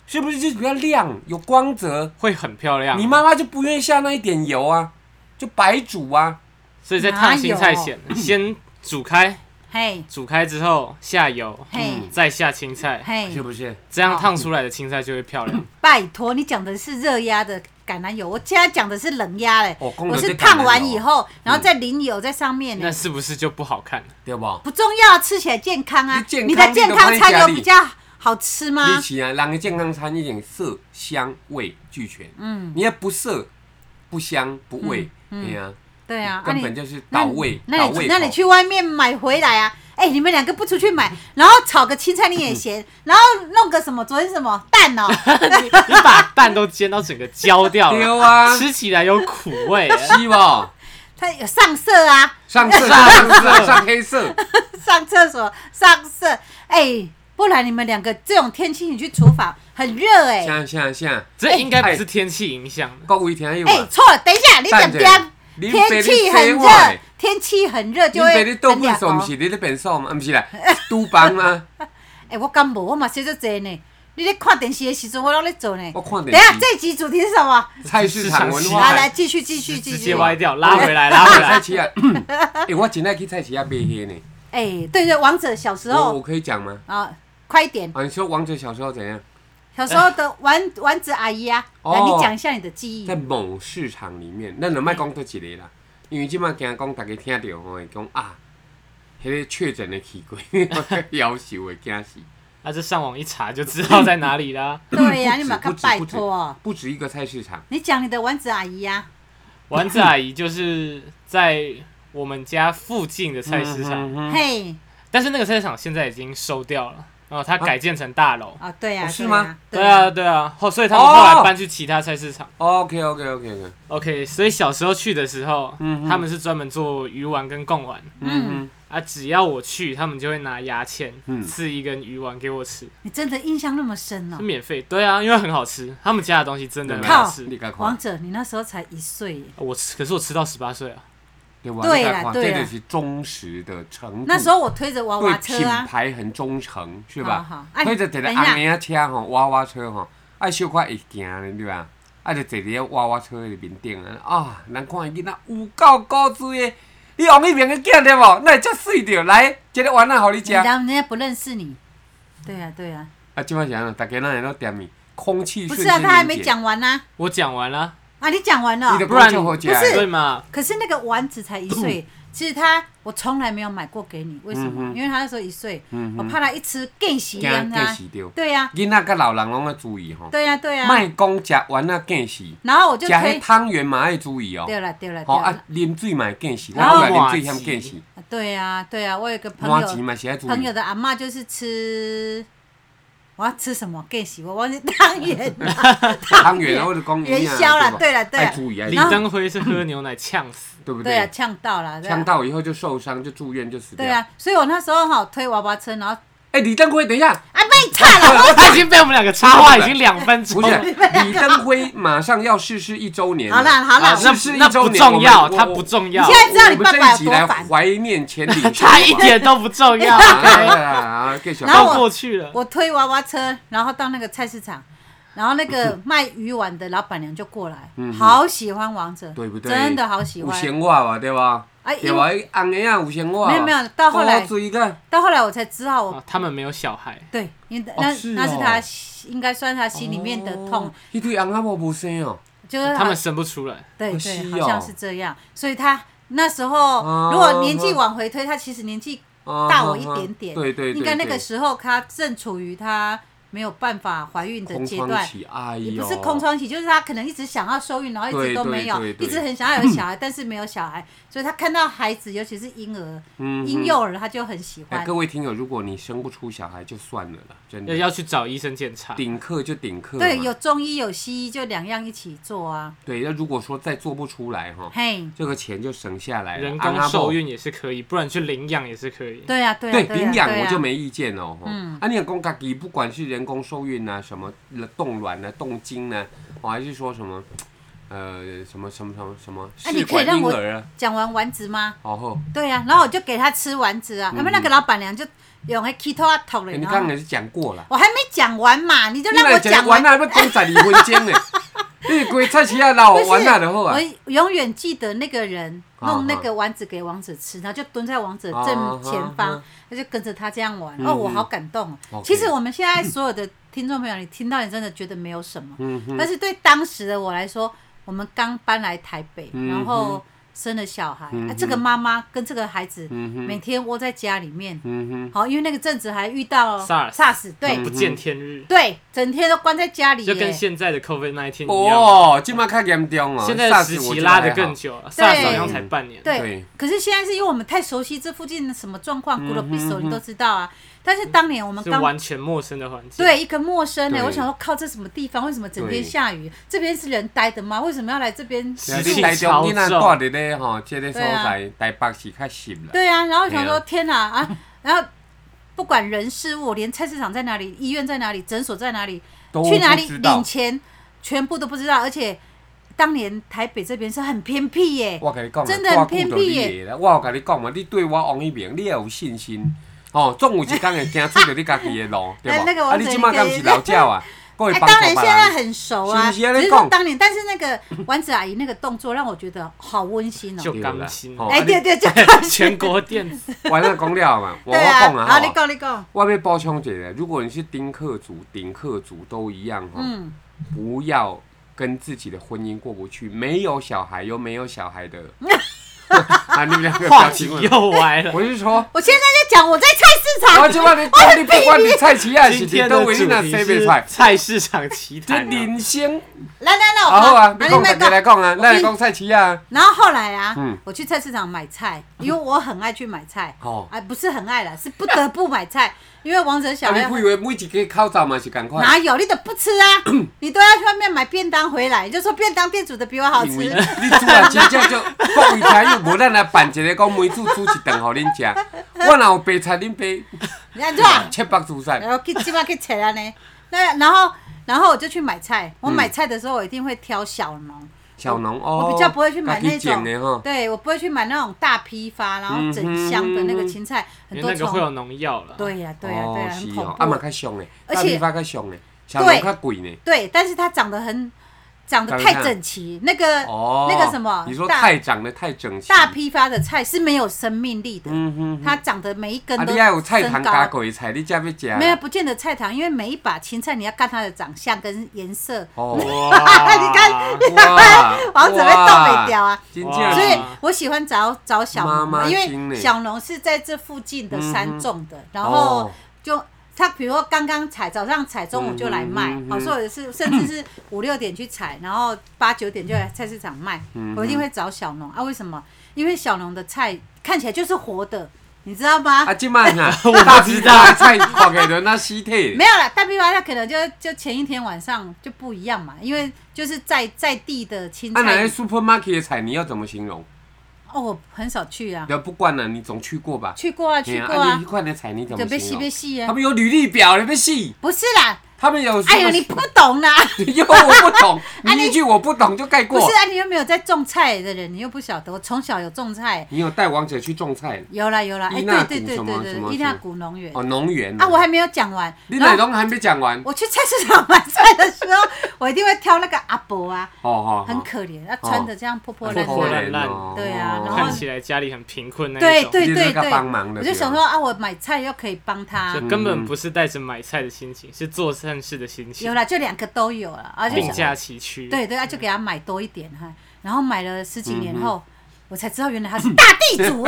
Speaker 1: 是不是就比较亮，有光泽？
Speaker 3: 会很漂亮。啊
Speaker 1: 你妈妈就不愿意下那一点油啊，就白煮啊。
Speaker 3: 所以在烫青菜前，先煮开，
Speaker 2: 嘿，
Speaker 3: 煮开之后下油，嗯
Speaker 2: 嘿，
Speaker 3: 再下青菜，
Speaker 2: 嘿，
Speaker 1: 不是？
Speaker 3: 这样烫出来的青菜就会漂
Speaker 1: 哦
Speaker 3: 亮。
Speaker 2: 拜托，你讲的是热压的橄榄油，我现在讲的是冷压嘞。
Speaker 1: 哦功
Speaker 2: 我
Speaker 1: 能
Speaker 2: 是
Speaker 1: 是橄榄
Speaker 2: 烫完
Speaker 1: 油嗯
Speaker 2: 以后，然后再淋油在上面
Speaker 3: 那
Speaker 2: 嘞。
Speaker 3: 是不是就不好看？
Speaker 1: 对不？
Speaker 2: 不重要，吃起来健康啊
Speaker 1: 你。健康
Speaker 2: 你的健康餐有比较好吃
Speaker 1: 你
Speaker 2: 吗？
Speaker 1: 起啊，让个健康餐一点色香味俱全。嗯，你要不色、不香、不味，对呀、
Speaker 2: 对啊，啊
Speaker 1: 根
Speaker 2: 你
Speaker 1: 本就是倒位，
Speaker 2: 那
Speaker 1: 倒
Speaker 2: 你
Speaker 1: 位
Speaker 2: 那你
Speaker 1: 口
Speaker 2: 去外面买回来啊？哎、你们两个不出去买，然后炒个青菜你 也嫌，然后弄个什么昨天什么蛋哦，
Speaker 3: 你你把蛋都煎到整个焦掉了，
Speaker 1: 丢啊，
Speaker 3: 吃起来有苦味。
Speaker 1: 西吧，
Speaker 2: 它有上色啊，
Speaker 1: 上色上
Speaker 2: 哎
Speaker 1: 色上黑色，
Speaker 2: 上厕所上色，哎、不然你们两个这种天气你去厨房很热哎、
Speaker 1: 像像像，
Speaker 3: 这应该不
Speaker 1: 哎
Speaker 3: 是天气影响的，
Speaker 1: 各位听友
Speaker 2: 哎、
Speaker 1: 啊，
Speaker 2: 错了，等一下你讲
Speaker 1: 等
Speaker 2: 讲，
Speaker 1: 你
Speaker 2: 天气很热，天气很热
Speaker 1: 你
Speaker 2: 就
Speaker 1: 被
Speaker 2: 会
Speaker 1: 你倒
Speaker 2: 很
Speaker 1: 粪
Speaker 2: 凉
Speaker 1: 扫，
Speaker 2: 哦
Speaker 1: 不是你咧变扫吗？啊，不是 啦，厨房啊吗？
Speaker 2: 哎、我敢无，我嘛写这多呢，你咧看电视的时候我拢咧做呢。
Speaker 1: 我看
Speaker 2: 等一下
Speaker 1: 点
Speaker 2: 这集主题是什么？
Speaker 1: 菜市场文
Speaker 3: 哇
Speaker 1: 化
Speaker 2: 来。来继续继续继
Speaker 3: 直
Speaker 2: 续
Speaker 3: 接。歪掉，拉回来，拉回
Speaker 1: 菜
Speaker 3: 来。
Speaker 1: 市啊， 哎，我真爱去菜市啊买黑 呢。
Speaker 2: 哎、对对，王者小时
Speaker 1: 我
Speaker 2: 候
Speaker 1: 我可以讲吗？
Speaker 2: 啊，快一点，
Speaker 1: 啊，你说王者小时候怎样？
Speaker 2: 小时候的丸丸子阿姨啊，来
Speaker 1: 哦
Speaker 2: 你讲一下你的记忆
Speaker 1: 在。某市场里面，咱就莫讲倒一个啦，因为即摆惊讲大家听到吼会讲啊，迄、个确诊的去 过，夭寿的惊死。
Speaker 3: 那就上网一查就知道在哪 里啦。
Speaker 2: 对啊呀、你马
Speaker 1: 不
Speaker 2: 看
Speaker 1: 止
Speaker 2: 拜
Speaker 1: 不止
Speaker 2: 托，哦
Speaker 1: 不止一个菜市场，
Speaker 2: 你讲你的丸子阿姨啊。
Speaker 3: 丸子阿姨就是在我们家附近的菜市场，
Speaker 1: 嗯哼哼
Speaker 2: 嘿，
Speaker 3: 但是那个菜市场现在已经收掉了，然后它改建成大楼。
Speaker 2: 啊，对呀、
Speaker 1: 哦是
Speaker 2: 对
Speaker 1: 吗
Speaker 3: 对啊，，对啊，后所以他们
Speaker 1: 哦
Speaker 3: 后来搬去其他菜市场。
Speaker 1: OK OK OK OK，
Speaker 3: OK，所以小时候去的时候，
Speaker 1: 哦嗯哼
Speaker 3: 他们是专门做鱼丸跟贡丸
Speaker 1: 嗯
Speaker 3: 啊，只要我去，他们就会拿牙签
Speaker 1: 嗯
Speaker 3: 刺一根鱼丸给我吃，
Speaker 2: 你真的印象那么深哦
Speaker 3: 是。免费。对啊，因为很好吃，他们家的东西真的很
Speaker 2: 靠
Speaker 3: 好
Speaker 1: 靠，
Speaker 3: 吃。
Speaker 1: 你该
Speaker 2: 王
Speaker 1: 看，
Speaker 2: 者，你那时候才一岁耶，
Speaker 3: 我吃，可是我吃到十八岁啊，
Speaker 1: 对吧？
Speaker 2: 对啦
Speaker 1: 你该看
Speaker 2: 对啦
Speaker 1: 这就是忠实的程度。
Speaker 2: 那时候我推着娃
Speaker 1: 对
Speaker 2: 娃
Speaker 1: 品
Speaker 2: 车啊，
Speaker 1: 牌很忠诚，是
Speaker 2: 好好
Speaker 1: 吧？
Speaker 2: 哎
Speaker 1: 推着一个
Speaker 2: 等一下
Speaker 1: 红领啊车吼，娃娃车吼，爱小可会行的对吧？啊，就坐伫咧娃娃车的面顶啊，啊，人看囡仔有够古锥的，你王一鸣个囝对无？那遮水着来，一个丸仔互你食。
Speaker 2: 人
Speaker 1: 啊，
Speaker 2: 家人家不认识你。对呀、啊、对呀、
Speaker 1: 即摆是安尼，啊逐家咱会都点伊，空气
Speaker 2: 啊，不
Speaker 1: 瞬
Speaker 2: 是
Speaker 1: 间凝
Speaker 2: 啊，
Speaker 1: 结。
Speaker 2: 他还没讲完呢、
Speaker 3: 我讲完了，
Speaker 2: 啊。你讲完了
Speaker 1: 你的，
Speaker 3: 不然
Speaker 1: 不好
Speaker 3: 不
Speaker 1: 吃的
Speaker 2: 不
Speaker 3: 对嘛？
Speaker 2: 可是那个丸子才一 岁，其实他我从来没有买过给你，为什么？
Speaker 1: 嗯哼
Speaker 2: 因为他那时候一岁，
Speaker 1: 嗯
Speaker 2: 我
Speaker 1: 哼
Speaker 2: 怕他一吃更喜
Speaker 1: 惊
Speaker 2: 样
Speaker 1: 见
Speaker 2: 啊。
Speaker 1: 死着。
Speaker 2: 对呀、
Speaker 1: 囡仔甲老人拢要注意吼，
Speaker 2: 对呀、啊对呀、
Speaker 1: 莫讲食丸仔见死，食
Speaker 2: 然后我就
Speaker 1: 迄
Speaker 2: 推，
Speaker 1: 汤圆嘛爱注意哦。
Speaker 2: 对了对了对
Speaker 1: 吼
Speaker 2: 了，
Speaker 1: 啊，啉水嘛会见死，我
Speaker 2: 然后
Speaker 1: 后来啉
Speaker 3: 麻
Speaker 1: 水嫌
Speaker 3: 糬
Speaker 1: 见死，
Speaker 2: 啊对呀、对呀、我有一个朋
Speaker 1: 满钱
Speaker 2: 友，
Speaker 1: 嘛是爱注
Speaker 2: 朋友
Speaker 1: 意。
Speaker 2: 的阿嬷就是吃，我要吃什么更喜，我忘记汤 圆了，
Speaker 1: 汤圆啊，我就讲
Speaker 2: 元宵啦，对了对
Speaker 1: 爱
Speaker 2: 了，
Speaker 1: 注意爱注
Speaker 3: 李
Speaker 1: 意，
Speaker 2: 然后
Speaker 3: 登辉是喝牛奶呛死，
Speaker 1: 对不
Speaker 2: 对呀、
Speaker 1: 对？
Speaker 2: 呛到了，对啊
Speaker 1: 呛到以后就受伤，就住院，就死掉。
Speaker 2: 对啊，所以我那时候哈推娃娃车，然后
Speaker 1: 哎，李登辉，等一下，
Speaker 2: 啊被差 了，
Speaker 3: 他已经被我们两个插话已经两分钟
Speaker 1: 不是
Speaker 3: 了。
Speaker 1: 李登辉马上要逝世一周年了。
Speaker 2: 好啦好
Speaker 3: 啊
Speaker 2: 啦，
Speaker 1: 是
Speaker 3: 那
Speaker 1: 不是
Speaker 3: 那
Speaker 1: 一周
Speaker 3: 不
Speaker 1: 年
Speaker 3: 重
Speaker 1: 我
Speaker 3: 要，
Speaker 1: 们
Speaker 3: 他
Speaker 1: 我
Speaker 3: 不重要
Speaker 2: 你，现在知道你
Speaker 1: 我们
Speaker 2: 爸
Speaker 1: 这一
Speaker 2: 爸
Speaker 1: 集
Speaker 2: 有多
Speaker 1: 来
Speaker 2: 烦。
Speaker 1: 怀念前领袖
Speaker 3: 他一
Speaker 1: 吧。
Speaker 3: 点都不重要。OK，
Speaker 1: 啊，继续
Speaker 2: 然后
Speaker 3: 都
Speaker 2: 我
Speaker 3: 过去了，
Speaker 2: 我推娃娃车，然后到那个菜市场，然后 那个卖鱼丸的老板娘就过来，好喜欢王者，
Speaker 1: 嗯对不对？
Speaker 2: 真的好喜
Speaker 1: 有
Speaker 2: 欢。
Speaker 1: 闲话吧，对吧？
Speaker 2: 啊，
Speaker 1: 对
Speaker 2: 因为
Speaker 1: 吧？红的啊，有闲话。哦
Speaker 2: 没有没有到后来
Speaker 1: 追个
Speaker 2: 到后来我才知道我，
Speaker 3: 啊他们没有小孩，
Speaker 2: 对，因为
Speaker 1: 哦
Speaker 2: 那、
Speaker 1: 是
Speaker 2: 那
Speaker 1: 哦
Speaker 2: 是他心应该算他心里面的痛，。
Speaker 1: 一哦对红阿婆无生哦，
Speaker 2: 就是
Speaker 3: 他
Speaker 2: 好
Speaker 3: 们生不出来。
Speaker 2: 对
Speaker 1: 可
Speaker 2: 对，
Speaker 1: 惜
Speaker 2: 好
Speaker 1: 哦
Speaker 2: 像是这样，所以他那时候如
Speaker 1: 啊
Speaker 2: 果年纪往回推，他其实年纪
Speaker 1: 啊
Speaker 2: 大我一点点
Speaker 1: 对对对，
Speaker 2: 应该那个
Speaker 1: 对
Speaker 2: 时候他正处于他没有办法怀孕的
Speaker 1: 空
Speaker 2: 阶
Speaker 1: 窗
Speaker 2: 段，
Speaker 1: 期，哎
Speaker 2: 也
Speaker 1: 呦，
Speaker 2: 不是空窗期，就是他可能一直想要受孕，然后一
Speaker 1: 对
Speaker 2: 直都没有，
Speaker 1: 对对对
Speaker 2: 一直很想要有小孩，但是没有小孩，所以他看到孩子，尤其是婴儿、
Speaker 1: 嗯
Speaker 2: 婴。幼儿，他就很喜
Speaker 1: 哎，
Speaker 2: 欢。
Speaker 1: 各位听友，如果你生不出小孩，就算了啦，真
Speaker 3: 要
Speaker 1: 的。
Speaker 3: 要去找医生检查。
Speaker 1: 顶客就顶客嘛，
Speaker 2: 对，有中医有西医，就两样一起做啊。
Speaker 1: 对。那如果说再做不出来哈，
Speaker 2: 嘿，
Speaker 1: 这个钱就省下来了。
Speaker 3: 人
Speaker 1: 啊
Speaker 3: 工
Speaker 1: 那
Speaker 3: 受
Speaker 1: 不
Speaker 3: 孕也是可以，不然去领养也是可以。
Speaker 2: 对啊呀、对呀、
Speaker 1: 对
Speaker 2: 对呀、
Speaker 1: 领养
Speaker 2: 对呀
Speaker 1: 我就没意见哦。吼
Speaker 2: 嗯
Speaker 1: 啊，你讲家己不管是人工受孕啊，什么冻卵啊、冻精啊，哦，还是说什么呃什么什么什么什么
Speaker 2: 哎
Speaker 1: 试
Speaker 2: 你可
Speaker 1: 管
Speaker 2: 以让
Speaker 1: 婴
Speaker 2: 我
Speaker 1: 儿啊，
Speaker 2: 讲完丸子吗？
Speaker 1: 哦吼，
Speaker 2: 对呀、然后我就给他吃丸子啊。
Speaker 1: 嗯
Speaker 2: 他们那个老板娘就用那 K 头啊头了，
Speaker 1: 哎你
Speaker 2: 然
Speaker 1: 刚刚
Speaker 2: 后
Speaker 1: 也是讲过了，
Speaker 2: 我还没讲完嘛，你就
Speaker 1: 你
Speaker 2: 让我
Speaker 1: 来
Speaker 2: 讲
Speaker 1: 完。啊，要讲十二分钟 呢。你规菜市啊，老
Speaker 2: 不是
Speaker 1: 完啊就好啊
Speaker 2: 我。永远记得那个人
Speaker 1: 啊
Speaker 2: 弄那个丸子给王子吃，然后就蹲在王子
Speaker 1: 啊
Speaker 2: 正前
Speaker 1: 啊
Speaker 2: 方
Speaker 1: 啊，
Speaker 2: 他就跟着他这样玩。
Speaker 1: 嗯
Speaker 2: 哦，我好感动哦
Speaker 1: OK！
Speaker 2: 其实我们现在所有的听众朋友，你听到你真的觉得没有什么，
Speaker 1: 嗯哼，
Speaker 2: 但是对当时的我来说，我们刚搬来台北，
Speaker 1: 嗯
Speaker 2: 然后生了小孩，
Speaker 1: 嗯
Speaker 2: 啊这个妈妈跟这个孩子
Speaker 1: 嗯哼，
Speaker 2: 每天窝在家里面，
Speaker 1: 嗯哼，
Speaker 2: 好，因为那个阵子还遇到
Speaker 3: SARS
Speaker 2: SARS，对
Speaker 1: 嗯
Speaker 3: 不见天日，
Speaker 2: 对，整天都关在家里
Speaker 3: 就跟
Speaker 2: 耶。
Speaker 3: 现在的 COVID 19一样。
Speaker 1: 哦，今麦较严重哦，
Speaker 3: 现在的时期拉得更久了
Speaker 2: 对
Speaker 3: ，SARS 好像才半年。
Speaker 2: 对，
Speaker 1: 对
Speaker 2: 可是现在是因为我们太熟悉这附近的什么状况，
Speaker 1: 嗯
Speaker 2: 古罗比手
Speaker 1: 嗯
Speaker 2: 你都知道啊。但是当年我们
Speaker 3: 是
Speaker 2: 刚
Speaker 3: 完全陌生的环境。，
Speaker 2: 对一个陌生的、
Speaker 1: 对
Speaker 2: 我想说靠，这什么地方？为什么整
Speaker 1: 对
Speaker 2: 天下雨？这边是人待的吗？为什么要来这边？
Speaker 1: 我
Speaker 3: 湿
Speaker 1: 即
Speaker 3: 气
Speaker 1: 摆较好。
Speaker 3: 超
Speaker 1: 对，你台中囡仔
Speaker 3: 重，
Speaker 1: 住伫咧吼，即个所在台北是较湿啦。
Speaker 2: 啊对啊，然后想
Speaker 1: 对啊
Speaker 2: 说天哪啊然后不管人事物，连菜市场在哪里、医院在哪里、诊所在哪里，
Speaker 1: 都
Speaker 2: 去哪里
Speaker 1: 不知道
Speaker 2: 领钱，全部都不知道。而且当年台北这边是很偏僻耶、
Speaker 1: 我跟你讲啊，
Speaker 2: 真的很偏
Speaker 1: 大久就
Speaker 2: 僻
Speaker 1: 你
Speaker 2: 耶
Speaker 1: 会啦。我有跟你讲嘛，你对我王一鸣，你也有信心，哦，总有一天会行出着你家己的 路，对
Speaker 2: 那那
Speaker 1: 无？
Speaker 2: 个
Speaker 1: 啊，
Speaker 2: 王
Speaker 1: 你
Speaker 2: 子
Speaker 1: 即马敢不是老鸟 啊？各位
Speaker 2: 哎，
Speaker 1: 帮
Speaker 2: 当然
Speaker 1: 助
Speaker 2: 现
Speaker 1: 别
Speaker 2: 在
Speaker 1: 人。
Speaker 2: 很熟啊，
Speaker 1: 是不是在
Speaker 2: 只是
Speaker 1: 讲
Speaker 2: 说当年，但是那个丸子阿姨那个动作让我觉得好温馨哦、
Speaker 3: 就
Speaker 1: 对啦
Speaker 3: 甘心
Speaker 1: 吼
Speaker 2: 哎、
Speaker 1: 啊
Speaker 2: 对 对对，
Speaker 3: 全国电子，
Speaker 1: 你完了讲了嘛， 我
Speaker 2: 对
Speaker 1: 我
Speaker 2: 啊，
Speaker 1: 讲啊，
Speaker 2: 然后
Speaker 1: 好
Speaker 2: 你
Speaker 1: 不好
Speaker 2: 讲你讲，
Speaker 1: 我要补充一下，如果你是丁克族、顶克族都一样哈，
Speaker 2: 嗯，
Speaker 1: 不要跟自己的婚姻过不去，没有小孩有没有小孩 的。啊，你们两个
Speaker 3: 话
Speaker 1: 表
Speaker 3: 题
Speaker 1: 情，
Speaker 3: 又歪了。
Speaker 1: 我是说。
Speaker 2: 我现在在讲我在菜市
Speaker 1: 我
Speaker 2: 场，
Speaker 1: 即摆你讲，你不管你菜市啊，是
Speaker 3: 今天
Speaker 1: 伫
Speaker 3: 的
Speaker 1: 倒
Speaker 3: 主
Speaker 1: 位，你若
Speaker 3: 题
Speaker 1: 西袂
Speaker 3: 是
Speaker 1: 菜，哎
Speaker 3: 菜市场奇
Speaker 1: 这
Speaker 3: 谈啊。
Speaker 1: 人生
Speaker 2: 来来来，我
Speaker 1: 啊好啊，你
Speaker 2: 那你
Speaker 1: 讲
Speaker 2: 们
Speaker 1: 大家来
Speaker 2: 讲。
Speaker 1: 讲啊，咱来
Speaker 2: 哎你
Speaker 1: 讲菜市啊，
Speaker 2: 然后后来啊，
Speaker 1: 嗯
Speaker 2: 我去菜市场买菜，因为我很爱去买菜，
Speaker 1: 吼。
Speaker 2: 哎，不是很爱啦，是不得不买菜，因为王者
Speaker 1: 啊，
Speaker 2: 小
Speaker 1: 你
Speaker 2: 孩
Speaker 1: 不以为每一个口罩嘛是共款？
Speaker 2: 哪有，你都不 吃啊，你都要去外面买便当回来，你就说便当店煮的比我好
Speaker 1: 因为
Speaker 2: 吃，
Speaker 1: 你煮啊，真正就各位听友，无咱来办一个讲每次煮一顿互 恁食。我若有白菜，恁白
Speaker 2: 你看这样。
Speaker 1: 七八煮菜，
Speaker 2: 然后去起码去切了啊呢。 那然后然后我就去买菜，我买菜的时候我一定会挑小农，
Speaker 1: 小农哦，
Speaker 2: 我比较不会去买
Speaker 1: 自己种
Speaker 2: 那种
Speaker 1: 的吼。
Speaker 2: 对我不会去买那种大批发，然后整箱的那个芹菜，很
Speaker 3: 因
Speaker 2: 多
Speaker 3: 为那个会
Speaker 2: 虫。
Speaker 3: 有农药了。
Speaker 2: 对呀对呀
Speaker 1: 嗯
Speaker 2: 对
Speaker 1: 哦
Speaker 2: 呀，
Speaker 1: 是
Speaker 2: 很
Speaker 1: 哦，啊嘛
Speaker 2: 恐怖。
Speaker 1: 较俗呢，
Speaker 2: 而
Speaker 1: 大
Speaker 2: 且
Speaker 1: 批发较俗呢，小农较贵呢。
Speaker 2: 对，但是它长得很长得
Speaker 1: 长得
Speaker 2: 太
Speaker 1: 像
Speaker 2: 整齐，那个
Speaker 1: 哦，
Speaker 2: 那个什么
Speaker 1: 你说
Speaker 2: 大
Speaker 1: 太长得太整齐，
Speaker 2: 大批发的菜是没有生命力的，
Speaker 1: 嗯哼哼，
Speaker 2: 它长得每一根
Speaker 1: 啊，
Speaker 2: 都
Speaker 1: 你要有菜
Speaker 2: 升
Speaker 1: 坛加
Speaker 2: 高。
Speaker 1: 鬼菜，你加不加？
Speaker 2: 没有，不见得菜糖，因为每一把芹菜你要看它的长相跟颜色。
Speaker 1: 哦，
Speaker 3: 你
Speaker 2: 看，
Speaker 1: 哇
Speaker 2: 王子被冻没掉啊！
Speaker 1: 真
Speaker 3: 哇
Speaker 1: 正
Speaker 2: 所以
Speaker 1: 是
Speaker 2: 我喜欢找找小农，啊
Speaker 1: 妈妈
Speaker 2: 因
Speaker 1: 经
Speaker 2: 为
Speaker 1: 理
Speaker 2: 小农是在这附近的山种的，然后
Speaker 1: 哦
Speaker 2: 就。他比如说刚刚采，早上采，中午就来卖，
Speaker 1: 嗯嗯嗯
Speaker 2: 好、所以我是甚至是五六点去采，然后八九点就来菜市场卖，
Speaker 1: 嗯嗯
Speaker 2: 我一定会找小农啊。为什么？因为小农的菜看起来就是活的，你知道吗？
Speaker 1: 啊，今晚 啊，
Speaker 3: 我不
Speaker 1: 大
Speaker 3: 知
Speaker 1: 批
Speaker 3: 道
Speaker 1: 大菜放给人那尸体啊
Speaker 2: 没，有啦，大批发它可能就就前一天晚上就不一样嘛，因为就是在在地的青
Speaker 1: 啊，那些
Speaker 2: 菜、
Speaker 1: supermarket 的菜你要怎么形容？
Speaker 2: 哦，我很少去啊，
Speaker 1: 要不管了，你总去过吧？
Speaker 2: 去过啊，去过
Speaker 1: 嘿啊，
Speaker 2: 啊
Speaker 1: 你一，块的菜你怎
Speaker 2: 就
Speaker 1: 么
Speaker 2: 被
Speaker 1: 形
Speaker 2: 戏
Speaker 1: 容
Speaker 2: 被？戏
Speaker 1: 他
Speaker 2: 啊，
Speaker 1: 们有履历表，你别戏，
Speaker 2: 不是啦，
Speaker 1: 他们有。
Speaker 2: 哎呦， 你不懂啦！
Speaker 1: 因为我不懂，
Speaker 2: 啊
Speaker 1: 你
Speaker 2: 你
Speaker 1: 一句我不懂就盖
Speaker 2: 不
Speaker 1: 过
Speaker 2: 是。啊，你又没有在种菜的人，你又不晓得。我从小有种菜，
Speaker 1: 你有带王者去种菜
Speaker 2: 有啦有啦，哎、
Speaker 1: 伊纳
Speaker 2: 对
Speaker 1: 谷
Speaker 2: 对对
Speaker 1: 什么
Speaker 2: 对对
Speaker 1: 什么什
Speaker 2: 对，伊纳
Speaker 1: 么
Speaker 2: 古农园、
Speaker 1: 哦，农园
Speaker 2: 啊，我还没有讲完。
Speaker 1: 你
Speaker 2: 然
Speaker 1: 奶
Speaker 2: 后
Speaker 1: 龙还没讲完哦
Speaker 2: 我去菜市场买菜的时候，我一定会挑那个阿伯啊，
Speaker 1: 哦，
Speaker 2: 很可怜，他穿的这样破破烂
Speaker 3: 破破
Speaker 2: 烂。
Speaker 3: 烂烂
Speaker 2: 对啊然后
Speaker 3: 看起来家里很贫困那一
Speaker 2: 对
Speaker 3: 种，
Speaker 2: 对
Speaker 1: 你
Speaker 2: 对
Speaker 1: 是那个
Speaker 2: 对，
Speaker 1: 帮忙的
Speaker 2: 我就想说啊，我买菜又可以帮他
Speaker 3: 就，根本不是带着买菜的心情，是做善事的心
Speaker 2: 有
Speaker 3: 情，
Speaker 2: 啦，就两个都有了，
Speaker 1: 哦
Speaker 2: 啊，就
Speaker 3: 并
Speaker 2: 想
Speaker 3: 驾齐驱。
Speaker 2: 对对啊，就给他买多一点哈、然后买了十几年后，我才知道原来他是大地主，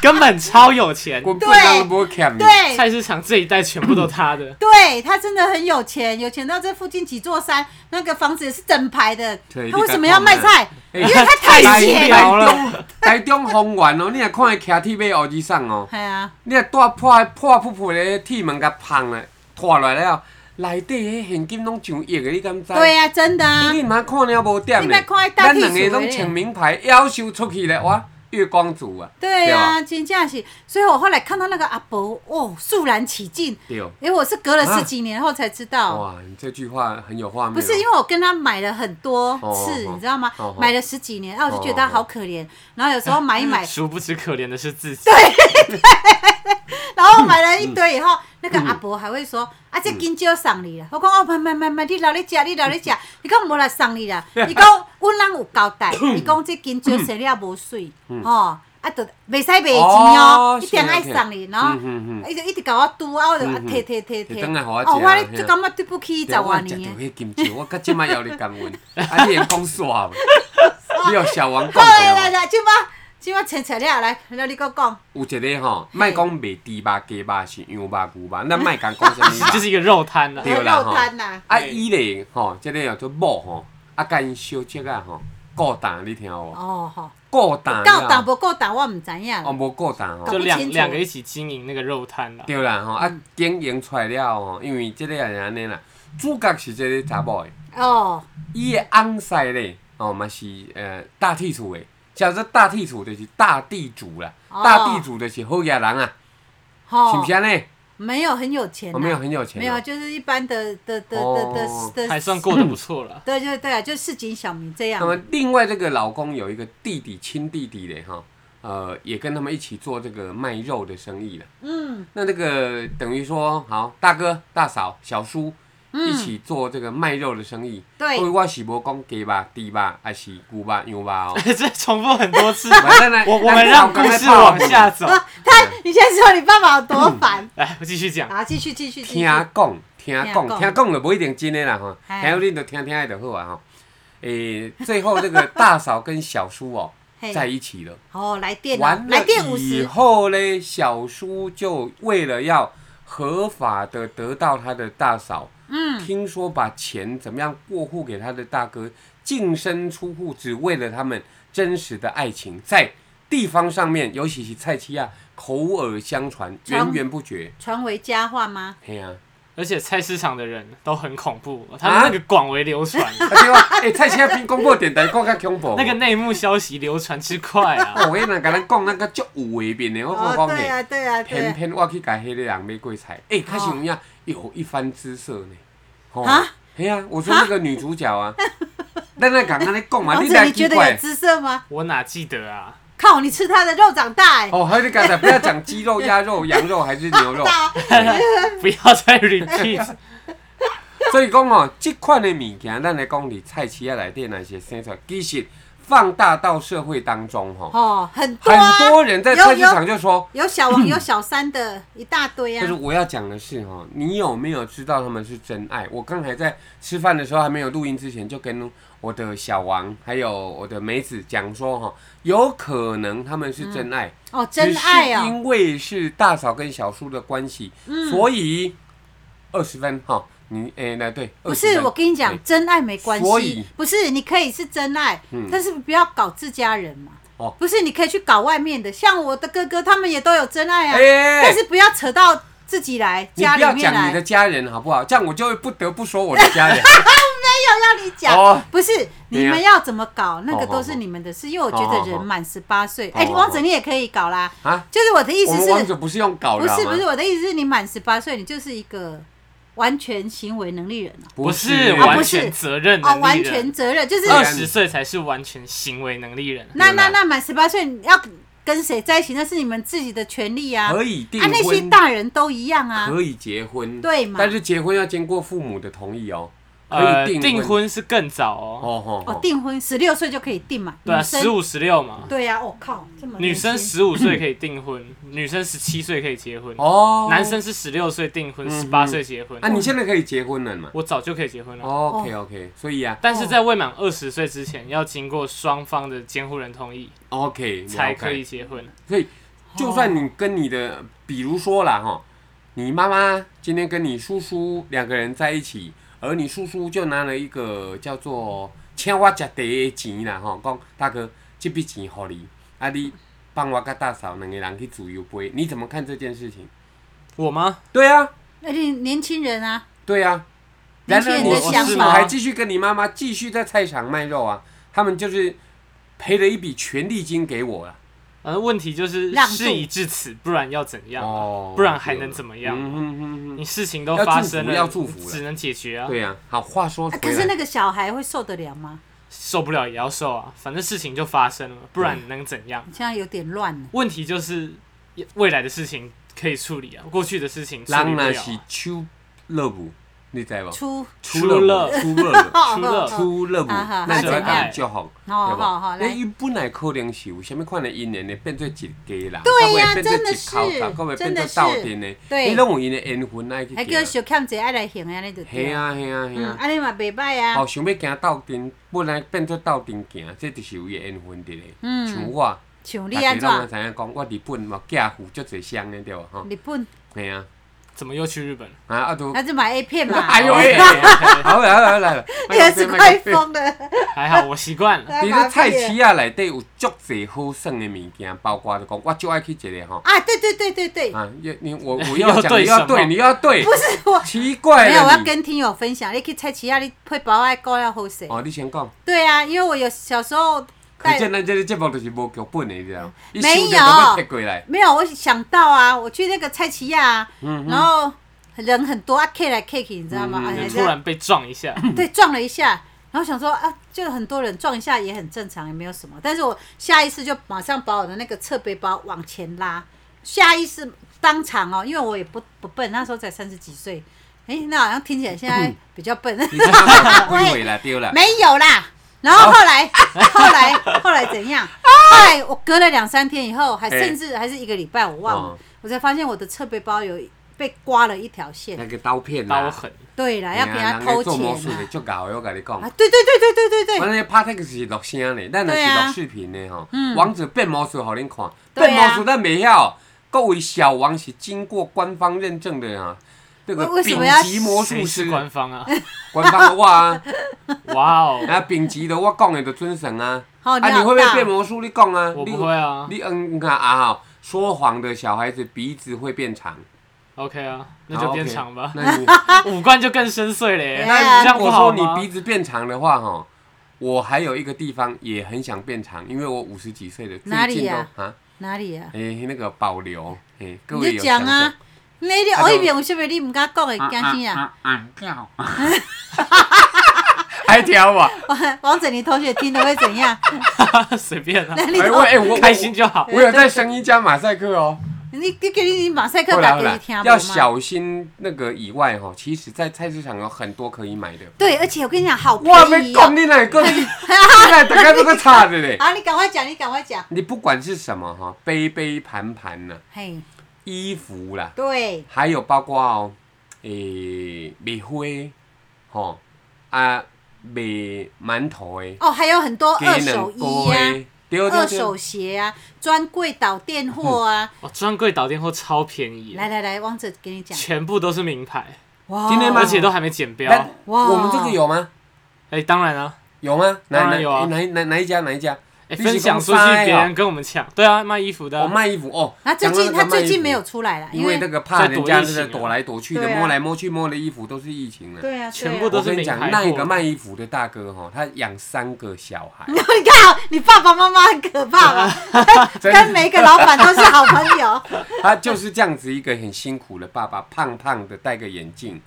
Speaker 3: 根本超有 钱，
Speaker 1: 滚不当不欠。
Speaker 2: 对，。
Speaker 3: 菜市场这一带全部都他的
Speaker 2: 对他真的很有钱，有钱到这附近几座山，那个房子也是整排的。
Speaker 1: 对
Speaker 2: 他为什么要卖菜？
Speaker 1: 你
Speaker 2: 因
Speaker 1: 敢
Speaker 2: 为 他太
Speaker 3: 哎太
Speaker 2: 闲
Speaker 3: 无聊
Speaker 2: 了。
Speaker 3: 了
Speaker 1: 台中方圆哦，你若看伊徛铁马乌衣上哦，
Speaker 2: 系啊，
Speaker 1: 你若带破破破破的铁门甲碰咧，拖落来了，内底迄现金拢上亿的，你敢知？
Speaker 2: 对啊，真的啊
Speaker 1: 你，毋通看了无点
Speaker 2: 你
Speaker 1: 咧
Speaker 2: 别看那，大
Speaker 1: 咱
Speaker 2: 屁
Speaker 1: 两个
Speaker 2: 事
Speaker 1: 拢
Speaker 2: 的
Speaker 1: 穿名牌，夭寿出去咧，哇，月光族啊！
Speaker 2: 对啊，真正是。所以我后来看到那个阿伯，哦，肃然起敬。
Speaker 1: 对吧，
Speaker 2: 因为我是隔了
Speaker 1: 啊
Speaker 2: 十几年后才知
Speaker 1: 对，
Speaker 2: 道，
Speaker 1: 哇，你这句话很有画面哦。
Speaker 2: 不是因为我跟他买了很多次，
Speaker 1: 哦哦哦
Speaker 2: 你知道吗
Speaker 1: 哦哦？
Speaker 2: 买了十几年，然后我就觉得
Speaker 1: 哦嗯哦哦
Speaker 2: 他好可怜。然后有时候买一买，
Speaker 3: 殊不知可怜的是自己，
Speaker 2: 然后买了一堆以后，
Speaker 1: 嗯
Speaker 2: 那个阿伯还会说：“啊，这金蕉送你啦。”我讲：“哦，买买买买，你留咧食， 你留咧
Speaker 1: 嗯
Speaker 2: 食。”伊讲：“无来送你 啦。”伊讲：“阮人有交 代，伊讲这金蕉生了无水，吼，啊，就袂使卖钱哦
Speaker 1: 嗯哦，
Speaker 2: 一定爱
Speaker 1: 是啊
Speaker 2: 送你。”然后
Speaker 1: 嗯嗯嗯
Speaker 2: 伊就一直甲我拄啊，我就啊
Speaker 1: 嗯嗯
Speaker 2: 摕摕摕
Speaker 1: 就
Speaker 2: 摕，
Speaker 1: 等下给我吃啊
Speaker 2: 哦，我就感觉对不起十
Speaker 1: 对我
Speaker 2: 外
Speaker 1: 食到
Speaker 2: 年的。
Speaker 1: 迄金蕉，我到即摆还咧感恩，啊，你会讲煞无？你有小王讲
Speaker 2: 好
Speaker 1: 过
Speaker 2: 啦啦
Speaker 1: 无？
Speaker 2: 啦，即摆即摆切切了来，来你搁讲，
Speaker 1: 有一个吼，莫讲卖猪肉、鸡肉是羊肉、牛肉，咱 莫讲讲什么
Speaker 3: 就
Speaker 1: 肉。
Speaker 3: 是一个肉摊了。
Speaker 1: 对啦
Speaker 2: 肉摊啦，
Speaker 1: 啊，伊咧吼，即个叫做某吼，啊，甲因小姐啊吼，顾蛋你听有无？
Speaker 2: 哦吼，
Speaker 1: 顾蛋
Speaker 2: 够打
Speaker 1: 了，
Speaker 2: 无够打我毋知影啦
Speaker 1: 啊哦，。无顾蛋
Speaker 3: 就
Speaker 1: 吼。
Speaker 2: 搞不
Speaker 3: 两
Speaker 2: 清楚
Speaker 3: 两个一起经营那个肉摊了。
Speaker 1: 对啦吼，啊，经营出来了吼，因为即个也是安尼啦，主角是即个查某的。
Speaker 2: 哦，
Speaker 1: 伊的翁婿咧，哦，嘛是呃大地主诶，叫做大地主就是大地主啦，
Speaker 2: 哦
Speaker 1: 大地主就是好野人啊，
Speaker 2: 吼，
Speaker 1: 是不是安尼？
Speaker 2: 没有很有钱、啊
Speaker 1: 我没有很有钱
Speaker 2: 没
Speaker 1: 哦、
Speaker 2: 有就是一般的的的的
Speaker 1: 哦
Speaker 2: 的的，
Speaker 3: 还算过得不错 了。。
Speaker 2: 对对对啊，就市井小民这样
Speaker 1: 那。么另外这个老公有一个弟弟，亲弟弟嘞哈，呃，也跟他们一起做这个卖肉的生意了。
Speaker 2: 嗯，
Speaker 1: 那这个等于说，好大哥、大嫂、小叔。一起做这个卖肉的生意，
Speaker 2: 嗯对
Speaker 1: 所以我是无讲鸡肉、猪肉，还是牛肉、羊肉哦
Speaker 3: 这重复很多次，
Speaker 1: 反正呢
Speaker 3: 我我们让故事往 下走。
Speaker 2: 他你先说你爸爸有多烦，
Speaker 3: 来，我继续讲。
Speaker 2: 啊，继续继续
Speaker 1: 嗯
Speaker 2: 继
Speaker 1: 听啊
Speaker 2: 续。
Speaker 1: 讲，听
Speaker 2: 听
Speaker 1: 讲，
Speaker 2: 讲
Speaker 1: 听讲就不一定真的啦吼，
Speaker 2: 哎
Speaker 1: 听有恁就听听的就好啊吼。诶、最后这个大嫂跟小叔哦
Speaker 2: 嘿
Speaker 1: 在一起了，
Speaker 2: 哦，来电啊
Speaker 1: 完了
Speaker 2: 来电五
Speaker 1: 以
Speaker 2: 十，
Speaker 1: 后嘞，小叔就为了要合法的得到他的大嫂，
Speaker 2: 嗯，
Speaker 1: 听说把钱怎么样过户给他的大哥，净身出户，只为了他们真实的爱情，在地方上面，尤其是蔡奇亚口耳相传，源源不绝。
Speaker 2: 传为佳话吗？
Speaker 1: 嘿呀、啊。
Speaker 3: 而且菜市场的人都很恐怖，他们那个广为流传，
Speaker 1: 啊对啊，哎、蔡奇亚比广播电台更较恐怖。
Speaker 3: 那个内幕消息流传之快啊！
Speaker 1: 哦，我迄人甲咱讲那个足有画面的，我
Speaker 2: 哦，
Speaker 1: 讲讲
Speaker 2: 对
Speaker 1: 的，
Speaker 2: 啊，对啊，对
Speaker 1: 偏
Speaker 2: 啊。
Speaker 1: 偏我去甲迄个人买过菜，哎、确实有
Speaker 2: 哦
Speaker 1: 影有一番姿色呢。吼
Speaker 2: 啊，
Speaker 1: 嘿啊，我说那个女主角啊，咱来讲安尼讲嘛，
Speaker 2: 王
Speaker 1: 你
Speaker 2: 子，
Speaker 1: 来
Speaker 2: 哦你觉
Speaker 1: 奇
Speaker 2: 得有
Speaker 1: 怪。
Speaker 2: 姿色吗？
Speaker 3: 我哪记得啊？
Speaker 2: 靠，你吃他的肉长大哎、
Speaker 1: 哦，还有你刚才不要讲鸡肉、 鸭肉、羊肉还是牛肉，
Speaker 2: 大
Speaker 3: 不要再 repeat，
Speaker 1: 所以讲哦，即款的物件，咱来讲伫菜市啊内底那些生出来，其实放大到社会当中吼，
Speaker 2: 哦，很多
Speaker 1: 很
Speaker 2: 啊，
Speaker 1: 多人在
Speaker 2: 有
Speaker 1: 菜市
Speaker 2: 有
Speaker 1: 场就说，
Speaker 2: 有小王有小三的一大堆
Speaker 1: 就
Speaker 2: 啊
Speaker 1: 是。我要讲的是哈，你有没有知道他们是真爱？我刚才在吃饭的时候，还没有录音之前，就跟我的小王还有我的梅子讲说哈，有可能他们是真爱，
Speaker 2: 哦，真爱
Speaker 1: 只是
Speaker 2: 哦，嗯
Speaker 1: 因为是大嫂跟小叔的关系，所以二十分哈，你哎那、对，
Speaker 2: 不
Speaker 1: 20
Speaker 2: 是
Speaker 1: 分
Speaker 2: 我跟你
Speaker 1: 对
Speaker 2: 讲，真爱没关
Speaker 1: 所
Speaker 2: 系
Speaker 1: 以，嗯
Speaker 2: 不是你可以是真爱，但是不要搞自家人嘛。
Speaker 1: 哦
Speaker 2: 不是你可以去搞外面的，像我的哥哥他们也都有真爱啊，
Speaker 1: 哎
Speaker 2: 但是不要扯到自己来，
Speaker 1: 你
Speaker 2: 家
Speaker 1: 不要
Speaker 2: 里面
Speaker 1: 讲
Speaker 2: 来
Speaker 1: 你的。家人好不好？这样我就会不得不说我的家 人。
Speaker 2: 要你讲，
Speaker 1: 哦
Speaker 2: 不是你们要怎么搞，那个
Speaker 1: 哦
Speaker 2: 都是你们的事，因为我觉得人满十八岁，哎，
Speaker 1: 哦
Speaker 2: 王子你也可以搞啦。
Speaker 1: 啊，
Speaker 2: 就是我的意
Speaker 1: 我
Speaker 2: 思
Speaker 1: 们王者
Speaker 2: 是，
Speaker 1: 不是用搞
Speaker 2: 不
Speaker 1: 的好
Speaker 2: 是
Speaker 1: 吗
Speaker 2: 不是我的意思是你满十八岁，你就是一个完全行为能力人了。
Speaker 3: 不
Speaker 1: 是
Speaker 3: 是
Speaker 2: 啊
Speaker 3: 完
Speaker 2: 不是
Speaker 3: 全责任
Speaker 2: 哦，
Speaker 3: 能力
Speaker 2: 完
Speaker 3: 人
Speaker 2: 全，责任就是
Speaker 3: 二
Speaker 1: 对
Speaker 3: 十岁才是完全行为能力人。
Speaker 2: 那
Speaker 1: 原来
Speaker 2: 那那满十八岁你要跟谁在一起，那是你们自己的权利啊。
Speaker 1: 可以订
Speaker 2: 啊，那些
Speaker 1: 婚，
Speaker 2: 大人都一样啊。
Speaker 1: 可以结婚，
Speaker 2: 对嘛
Speaker 1: 但是结婚要经过父母的同意哦，可
Speaker 3: 呃，
Speaker 1: 以
Speaker 3: 订
Speaker 1: 婚
Speaker 3: 婚是更早哦，
Speaker 1: 哦吼
Speaker 2: 哦
Speaker 1: 吼，，
Speaker 2: 订婚十六岁就可以订嘛，
Speaker 3: 对啊，
Speaker 2: 女
Speaker 3: 十
Speaker 2: 生
Speaker 3: 五十六嘛，
Speaker 2: 对啊，我靠，这么
Speaker 3: 女生
Speaker 2: 年轻
Speaker 3: 十五岁可以订婚，女生十七岁可以结婚，
Speaker 1: 哦，
Speaker 3: 男，生是十六岁订婚，
Speaker 1: 嗯
Speaker 3: 十八岁结婚
Speaker 1: 啊，。你现在可以结婚了嘛
Speaker 3: 我早就可以结婚了，
Speaker 1: ？OK OK，所以啊
Speaker 3: 但是在未满二十岁之前，要经过双方的监护人同意
Speaker 1: ，OK
Speaker 3: 才可
Speaker 1: 了
Speaker 3: 以
Speaker 1: 解，
Speaker 3: 结婚。
Speaker 1: 所以就算你跟你的，比如说啦哈，你妈妈今天跟你叔叔两个人在一起，而你叔叔就拿了一个叫做请我吃茶的钱啦哈，讲大哥这笔钱给你，啊你帮我跟大嫂两个人去自由杯，你怎么看这件事情？
Speaker 3: 我吗？
Speaker 1: 对啊，
Speaker 2: 而且年轻人啊，
Speaker 1: 对啊。
Speaker 2: 年
Speaker 1: 然
Speaker 2: 轻
Speaker 1: 而
Speaker 2: 人
Speaker 1: 你
Speaker 2: 的
Speaker 1: 叔
Speaker 2: 想
Speaker 1: 叔
Speaker 2: 法
Speaker 1: 还继续跟你妈妈继续在菜场卖肉啊，他们就是赔了一笔权利金给我了。
Speaker 3: 反正呃问题就是
Speaker 2: 让渡
Speaker 3: 事已至此，不然要怎样啊？
Speaker 1: 哦
Speaker 3: 不然还能怎么样
Speaker 1: 嗯哼哼
Speaker 3: 你事情都
Speaker 1: 要
Speaker 3: 发
Speaker 1: 祝福
Speaker 3: 生了，
Speaker 1: 要祝福了
Speaker 3: 只能解决啊
Speaker 1: 哼，。对啊。好，话说
Speaker 2: 啊
Speaker 1: 回
Speaker 2: 可是
Speaker 1: 来，
Speaker 2: 那个小孩会受得了吗？
Speaker 3: 受不了也要受啊，反正事情就发生了，不然能怎样？
Speaker 2: 现在有点乱了。
Speaker 3: 问题就是未来的事情可以处理啊，过去的事情处理
Speaker 1: 人
Speaker 3: 不了、
Speaker 1: 那是
Speaker 3: 啊。
Speaker 1: 出乐不，你知道不？
Speaker 2: 出
Speaker 1: 出乐不，出乐 不，
Speaker 2: 哦
Speaker 3: 出了
Speaker 2: 哦
Speaker 1: 出乐不，
Speaker 2: 啊哈
Speaker 1: 咱就要
Speaker 3: 啊
Speaker 1: 甲
Speaker 3: 怎
Speaker 1: 伊
Speaker 3: 样
Speaker 1: 祝福，
Speaker 2: 哦
Speaker 1: 对
Speaker 2: 好好
Speaker 1: 吧？那
Speaker 2: 来，
Speaker 1: 伊本来可能是有什么款的因缘呢，变做一家人，
Speaker 2: 对呀
Speaker 1: 到尾变做
Speaker 2: 真的
Speaker 1: 一
Speaker 2: 是
Speaker 1: 口角，到尾变
Speaker 2: 真
Speaker 1: 做
Speaker 2: 的是
Speaker 1: 斗阵的，
Speaker 2: 对
Speaker 1: 你拢有因的缘分爱去
Speaker 2: 还
Speaker 1: 行
Speaker 2: 叫。小欠者爱来行安尼就对
Speaker 1: 系
Speaker 2: 了。
Speaker 1: 啊啊系啊系
Speaker 2: 嗯，
Speaker 1: 啊！
Speaker 2: 安尼嘛袂歹啊
Speaker 1: 哦，。想要行斗阵，本来变做斗阵行，这就是有伊缘分伫咧。像
Speaker 2: 嗯，
Speaker 1: 我，
Speaker 2: 像你
Speaker 1: 大
Speaker 2: 安
Speaker 1: 家拢也
Speaker 2: 怎？
Speaker 1: 知影啊讲，我日本嘛寄付足侪箱的对无吼？
Speaker 2: 日本，
Speaker 1: 系啊，
Speaker 3: 怎么又去日本？
Speaker 1: 啊啊都，
Speaker 2: 那就买 A 片嘛。
Speaker 1: 哎呦喂，好啦好啦好啦，哎
Speaker 2: 你也是快疯了。
Speaker 3: 还好我习 惯了。
Speaker 1: 伫咧菜市啊内底有足侪好耍的物件，包括就讲我就爱去一个吼，
Speaker 2: 啊，对对对对对，
Speaker 1: 啊，你你 我我要讲，你要
Speaker 3: 要对什
Speaker 1: 对，
Speaker 3: 么
Speaker 1: 你要对
Speaker 2: 不，是我。
Speaker 1: 奇怪
Speaker 2: 没有，我
Speaker 1: 了
Speaker 2: 要
Speaker 1: 你，
Speaker 2: 跟听友分享，你去菜市啊，你配包爱搞要好势。
Speaker 1: 哦，你先讲，
Speaker 2: 对啊，因为我有小时候
Speaker 1: 可
Speaker 2: 带
Speaker 1: 见咱这个节目就是无剧本的，你知道吗？一
Speaker 2: 没
Speaker 1: 想
Speaker 2: 有
Speaker 1: 到就要踢过 来。
Speaker 2: 没有，我想到啊，我去那个菜奇亚、啊，
Speaker 1: 嗯
Speaker 2: 然后人很多啊，K 来 K 去，你知道吗？哎
Speaker 3: 你
Speaker 2: 呀
Speaker 3: 突然被撞 一
Speaker 1: 啊
Speaker 3: 下，
Speaker 2: 对
Speaker 1: 嗯
Speaker 2: 撞了一下，然后想说啊，就很多人撞一下也很正常，也没有什么。但是我下意识就马上把我的那个侧背包往前拉，下意识当场哦，因为我也不不笨，那时候才三十几岁，哎，那好像听起来现 在比较笨，
Speaker 1: 你这样不会啦，对啦。
Speaker 2: 没有啦。然后后来，
Speaker 1: 哦
Speaker 2: 后 来，后来怎样？后来我隔了两三天以后，还
Speaker 1: 哎
Speaker 2: 甚至还是一个礼拜，我忘了
Speaker 1: 哦，
Speaker 2: 我才发现我的侧背包有被刮了一条线。
Speaker 1: 那个刀片啦，
Speaker 3: 刀痕。
Speaker 2: 对啦，哎要给他
Speaker 1: 嘿啊人
Speaker 2: 偷
Speaker 1: 家做魔
Speaker 2: 钱
Speaker 1: 术的
Speaker 2: 啦！
Speaker 1: 足搞的，我跟你讲
Speaker 2: 啊，。对对对对对对
Speaker 1: 我
Speaker 2: 对，
Speaker 1: 那拍那个是录声的，咱那
Speaker 2: 对
Speaker 1: 是
Speaker 2: 啊嗯
Speaker 1: 录视频的吼。王者变魔术，互恁看。
Speaker 2: 对啊
Speaker 1: 变魔术咱袂晓，各位小王是经过官方认证的哈，这个
Speaker 2: 为为什
Speaker 1: 丙
Speaker 2: 么要
Speaker 1: 级魔术
Speaker 3: 谁
Speaker 1: 师
Speaker 3: 是，官方啊？
Speaker 1: 官方的我啊，
Speaker 3: 哇哦，
Speaker 1: 啊丙级的我讲的就遵守啊。
Speaker 2: 好，
Speaker 1: 啊，
Speaker 2: 哦你
Speaker 1: 你会
Speaker 2: 好
Speaker 1: 不会变
Speaker 2: 大，
Speaker 1: 魔术？你讲啊，
Speaker 3: 我
Speaker 1: 你
Speaker 3: 不会啊。
Speaker 1: 你嗯啊啊吼，说谎的小孩子鼻子会变长，
Speaker 3: OK 啊，那就变长吧。
Speaker 1: 那你。
Speaker 3: 五官就更深邃了耶，
Speaker 2: 啊那
Speaker 3: 这
Speaker 1: 那
Speaker 3: 样
Speaker 1: 如
Speaker 3: 不
Speaker 1: 果
Speaker 3: 好
Speaker 1: 说你
Speaker 3: 吗？
Speaker 1: 鼻子变长的话，哈，我还有一个地方也很想变长，因为我五十几岁了，
Speaker 2: 哪
Speaker 1: 最
Speaker 2: 里
Speaker 1: 近都
Speaker 2: 呀
Speaker 1: 啊，
Speaker 2: 哪里啊？
Speaker 1: 哎、那个保留，哎、各位
Speaker 2: 你
Speaker 1: 有
Speaker 2: 就讲
Speaker 1: 想
Speaker 2: 啊
Speaker 1: 想，，
Speaker 2: 你你
Speaker 1: 啊
Speaker 2: 后
Speaker 1: 就
Speaker 2: 一遍为什么你唔敢讲的惊死啊？
Speaker 1: 啊啊掉， 还挑啊我，
Speaker 2: 王 王整，你同学听了会 怎样？
Speaker 3: 随便啊，
Speaker 2: 那你哦
Speaker 1: 哎我哎我
Speaker 3: 开心就好。
Speaker 1: 我有在声音加马赛克哦，
Speaker 2: 你你给你马赛克
Speaker 1: 后
Speaker 2: 打
Speaker 1: 来后
Speaker 2: 给
Speaker 1: 来
Speaker 2: 你听啊无
Speaker 1: 要
Speaker 2: 嘛？
Speaker 1: 小心那个以外哈，其实，在菜市场有很多可以买的。
Speaker 2: 对，而且我跟你讲，好便
Speaker 1: 哇，没
Speaker 2: 宜哦
Speaker 1: 讲！你哪个， 你哪大家都个差的嘞。
Speaker 2: 好，你赶快讲，你赶快讲。
Speaker 1: 你不管是什么哈，杯杯盘盘呐、
Speaker 2: 嘿，
Speaker 1: 衣服啦，
Speaker 2: 对，
Speaker 1: 还有包括哦，诶、卖花，吼啊，卖馒头的，
Speaker 2: 哦，还有很多
Speaker 1: 鸡
Speaker 2: 二手
Speaker 1: 卵
Speaker 2: 衣
Speaker 1: 糕
Speaker 2: 啊、
Speaker 1: 的，对
Speaker 2: 二
Speaker 1: 对
Speaker 2: 手
Speaker 1: 对，
Speaker 2: 鞋啊、专柜倒店货啊。
Speaker 3: 哦，专柜导电货超便
Speaker 1: 嗯
Speaker 3: 宜，
Speaker 2: 来来来，汪哲给你讲。
Speaker 3: 全部都是名牌，
Speaker 2: 哇
Speaker 1: 今天吗
Speaker 3: 而且都还没剪
Speaker 2: 啊
Speaker 3: 标。
Speaker 1: 那
Speaker 3: 哎、
Speaker 2: 哇
Speaker 1: 我们这个有吗？
Speaker 3: 当然啊，
Speaker 1: 有吗？哪
Speaker 3: 当
Speaker 1: 哪
Speaker 3: 然有啊
Speaker 1: 诶哪一哪哪一家哪一家？
Speaker 3: 哎、
Speaker 1: 你是
Speaker 3: 分享出
Speaker 1: 公
Speaker 3: 去
Speaker 1: 司啊
Speaker 3: 别人跟我们抢，对啊，卖衣服的啊、
Speaker 1: 我卖衣服哦，
Speaker 2: 他最近
Speaker 1: 讲到那
Speaker 2: 他
Speaker 1: 个卖衣
Speaker 2: 最近
Speaker 1: 服
Speaker 2: 没有，出来了，
Speaker 1: 因
Speaker 2: 为
Speaker 1: 为那个怕人家那个
Speaker 3: 在躲疫情啊
Speaker 1: 躲来躲去的，
Speaker 2: 对啊
Speaker 1: 摸来摸去摸的衣服都是疫情的。
Speaker 2: 对啊，
Speaker 3: 全
Speaker 2: 对啊
Speaker 3: 部都
Speaker 1: 我
Speaker 3: 是
Speaker 1: 跟你讲
Speaker 3: 名，牌货
Speaker 1: 那个卖衣服的大哥哈，他养三个小孩，
Speaker 2: 你看 你爸爸妈妈很可怕吧？
Speaker 1: 真的
Speaker 2: 跟每一个老板都是 好朋友。
Speaker 1: 他就是这样子一个很辛苦的爸爸，胖胖的，戴个眼镜。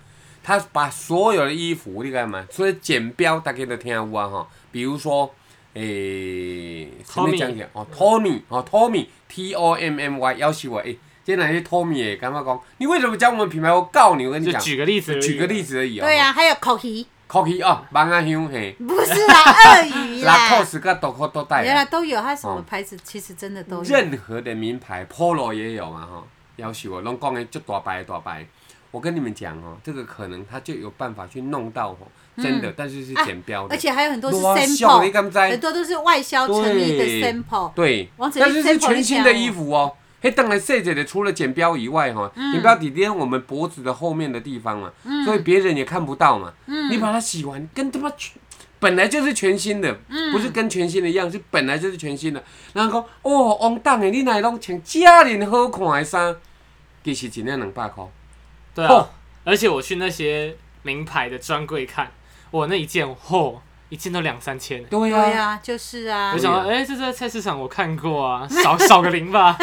Speaker 1: 他把所有的衣服，你干嘛？所以剪标大家都听有啊哈。比如说，诶、什么讲起来？哦，Tommy，哦，Tommy，T O M M Y，要死我！诶、今天哪些 Tommy 也干嘛讲？你为什么讲我们品牌？我告你！我跟你
Speaker 3: 就
Speaker 1: 讲，
Speaker 3: 举个例子而已，
Speaker 1: 举个例子而已哦。
Speaker 2: 对呀、啊，还有口鱼，
Speaker 1: ，Coffee 哦，芒阿香嘿，
Speaker 2: 不是 啊啦，鳄鱼
Speaker 1: 拉啊
Speaker 2: 啦，
Speaker 1: cos 跟 Doco 都带
Speaker 2: 原来
Speaker 1: 了。
Speaker 2: 都有，它什
Speaker 1: 哦
Speaker 2: 么牌子其实真的都有。
Speaker 1: 任何的名牌，Polo 也有嘛哈，要死我！拢讲的就大白大白。我跟你们讲哦，这个可能他就有办法去弄到哦，真的，但是是剪标的，
Speaker 2: 嗯啊而且还有很多是
Speaker 1: 多啊笑你
Speaker 2: sample，
Speaker 1: 敢不知
Speaker 2: 很多都是外销成衣的
Speaker 1: 对
Speaker 2: sample。
Speaker 1: 对，
Speaker 2: 王子
Speaker 1: 但是
Speaker 2: 你
Speaker 1: 是
Speaker 2: sample
Speaker 1: 全新的衣服哦。嘿，当然，设计的除了剪标以外，哈，
Speaker 2: 嗯
Speaker 1: 剪标底边我们脖子的后面的地方嘛，所以别人也看不到嘛。
Speaker 2: 嗯
Speaker 1: 你把它洗完，跟他妈全本来就是全新的，
Speaker 2: 嗯
Speaker 1: 不是跟全新的一样，是本来就是全新的。然后讲哦，王当的，你哪拢穿遮尔好看的衫，其实一领两百块。
Speaker 3: 对
Speaker 1: 嚯
Speaker 3: 啊，而且我去那些名牌的专柜看，我那一件嚯、一件都两三千欸。
Speaker 1: 对
Speaker 2: 对
Speaker 1: 呀、
Speaker 2: 呀、啊，就是啊
Speaker 3: 我，想说，哎、这在菜市场我看 过啊，少少个零吧。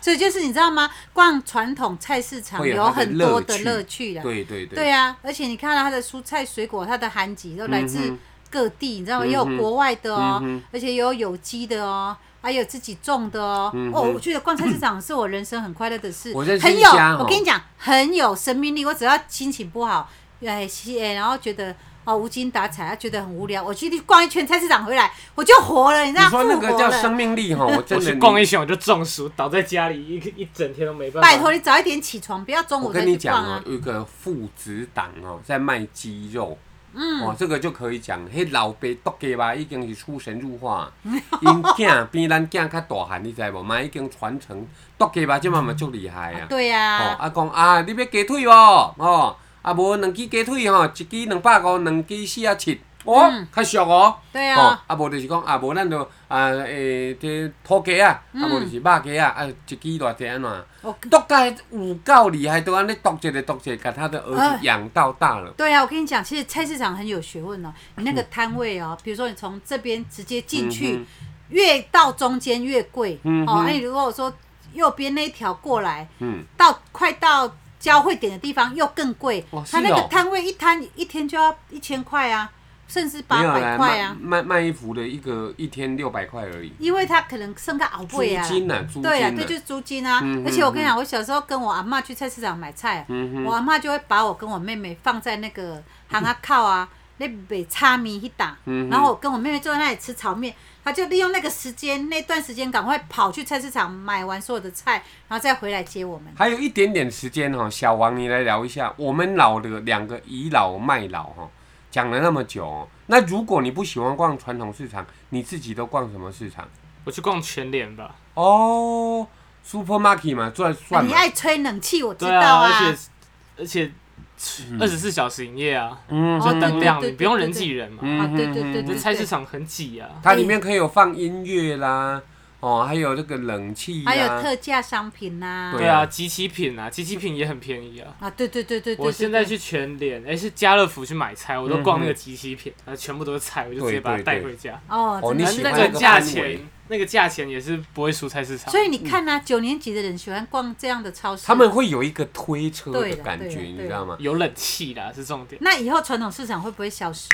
Speaker 2: 所以就是你知道吗？逛传统菜市场
Speaker 1: 会有
Speaker 2: 有
Speaker 1: 它的
Speaker 2: 很
Speaker 1: 乐
Speaker 2: 多的
Speaker 1: 趣
Speaker 2: 乐趣啦。
Speaker 1: 对对对，
Speaker 2: 对啊，而且你看到它的蔬菜水果，它的含级都来自
Speaker 1: 嗯
Speaker 2: 各地，你知道吗？
Speaker 1: 嗯哼
Speaker 2: 也有国外的哦，
Speaker 1: 嗯哼
Speaker 2: 而且也有有机的哦，还有自己种的哦。
Speaker 1: 嗯哼
Speaker 2: 哦，我觉得逛菜市场是我人生很快乐的事，
Speaker 1: 我认识
Speaker 2: 很
Speaker 1: 一
Speaker 2: 有。
Speaker 1: 家哦
Speaker 2: 我跟你讲，很有生命力。我只要心情不好，哎，心哎然后觉得。哦，无精打采，觉得很无聊。我去逛一圈菜市场回来，我就活了，你知
Speaker 1: 你
Speaker 2: 道，
Speaker 1: 说那个
Speaker 2: 复活
Speaker 1: 叫
Speaker 2: 了
Speaker 1: 生命力哈，我真
Speaker 3: 我
Speaker 1: 的
Speaker 3: 去逛
Speaker 1: 你
Speaker 3: 一圈我就中暑，倒在家里一一整天都没办法。
Speaker 2: 拜托你早一点起床，不要中
Speaker 1: 我
Speaker 2: 午再
Speaker 1: 跟你
Speaker 2: 去
Speaker 1: 讲
Speaker 2: 逛
Speaker 1: 哦
Speaker 2: 啊，。
Speaker 1: 有一个父子档哦，在卖鸡肉。嗯，哦，这个就可以讲，迄老爸独家吧，已经是出神入 化，因囝比咱囝较大汉，你知无？嘛已经传承独家吧，即嘛嘛足厉害啊！
Speaker 2: 嗯对
Speaker 1: 哦
Speaker 2: 呀、，
Speaker 1: 啊讲啊，你要鸡腿无？哦，啊无两支鸡腿吼，一支两百五，两支四啊七，哦，较俗哦。
Speaker 2: 嗯对
Speaker 1: 哦
Speaker 2: 呀，，
Speaker 1: 啊无就是讲啊，无咱就啊诶，这土鸡啊，啊无就是肉鸡啊，啊一支偌济安怎？
Speaker 2: 我
Speaker 1: 毒到有够厉害，都安尼毒一个毒一个，把他的儿
Speaker 2: 哎
Speaker 1: 子养到大了。
Speaker 2: 对啊，我跟你讲，其实菜市场很有学问哦。你那个摊位哦，比如说你从这边直接进去，
Speaker 1: 嗯
Speaker 2: 越到中间越贵、
Speaker 1: 嗯
Speaker 2: 哦。
Speaker 1: 哼
Speaker 2: 那你如果说右边那一条过来，
Speaker 1: 嗯，
Speaker 2: 到快到交汇点的地方又更贵
Speaker 1: 哇，
Speaker 2: 他、
Speaker 1: 是
Speaker 2: 那
Speaker 1: 哦
Speaker 2: 个摊位一摊一天就要一千块啊，甚至八
Speaker 1: 没有
Speaker 2: 百
Speaker 1: 啦，
Speaker 2: 块
Speaker 1: 卖
Speaker 2: 啊，
Speaker 1: 卖卖衣服的一个一天六百块而已，
Speaker 2: 因为他可能剩个熬
Speaker 1: 租
Speaker 2: 贵啊。
Speaker 1: 金呐，租金
Speaker 2: 对啊，
Speaker 1: 呐
Speaker 2: 对，就是租金啊。
Speaker 1: 嗯哼嗯
Speaker 2: 而且我跟你讲，我小时候跟我阿嬷去菜市场买菜，啊我阿嬷就会把我跟我妹妹放在那个行啊靠啊，那北叉米一打，
Speaker 1: 嗯哼
Speaker 2: 然后我跟我妹妹坐在那里吃炒面，她就利用那个时间那段时间赶快跑去菜市场买完所有的菜，然后再回来接我们。
Speaker 1: 还有一点点时间哈、小王你来聊一下，我们老的两个倚老卖老哈、讲了那么久、哦，那如果你不喜欢逛传统市场，你自己都逛什么市场？
Speaker 3: 我去逛全联吧。
Speaker 1: 哦，supermarket 嘛，算算
Speaker 2: 啊你
Speaker 1: 嘛，
Speaker 2: 爱吹冷气，我知
Speaker 3: 对
Speaker 2: 道啊。
Speaker 3: 而且而且二十四小时营业啊，
Speaker 1: 嗯
Speaker 2: 哦
Speaker 3: 就灯亮，
Speaker 2: 对对对
Speaker 3: 你不用人挤人嘛。
Speaker 2: 啊，对对对对
Speaker 1: 嗯
Speaker 2: 对，
Speaker 3: 菜市场很挤啊，
Speaker 1: 它里面可以有放音乐啦，哦，还有那个冷气啦，
Speaker 2: 还有特价商品呐、
Speaker 1: 对
Speaker 3: 对啊，集齐品啊，集齐品也很便宜啊。
Speaker 2: 啊，对对对对对对。
Speaker 3: 我现在去全联，哎、是家乐福去买菜，我都
Speaker 1: 嗯
Speaker 3: 逛那个集齐品，然后全部都是菜，我就直接把它带回家。
Speaker 2: 哦，
Speaker 1: 哦
Speaker 2: 真
Speaker 1: 你
Speaker 2: 的
Speaker 3: 然
Speaker 1: 喜
Speaker 3: 后
Speaker 1: 对对对欢那
Speaker 3: 那个
Speaker 1: 个
Speaker 3: 价
Speaker 1: 氛围
Speaker 3: 钱，那个价钱也是不会输菜市场。
Speaker 2: 所以你看呐、九年级的人喜欢逛这样的超市。
Speaker 1: 他们会有一个推车
Speaker 2: 对
Speaker 1: 的
Speaker 2: 啦
Speaker 1: 感
Speaker 2: 对
Speaker 1: 觉，
Speaker 2: 啦
Speaker 1: 你
Speaker 2: 对
Speaker 1: 知道吗？
Speaker 3: 有冷气啦，是重点。
Speaker 2: 那以后传统市场会不会消失？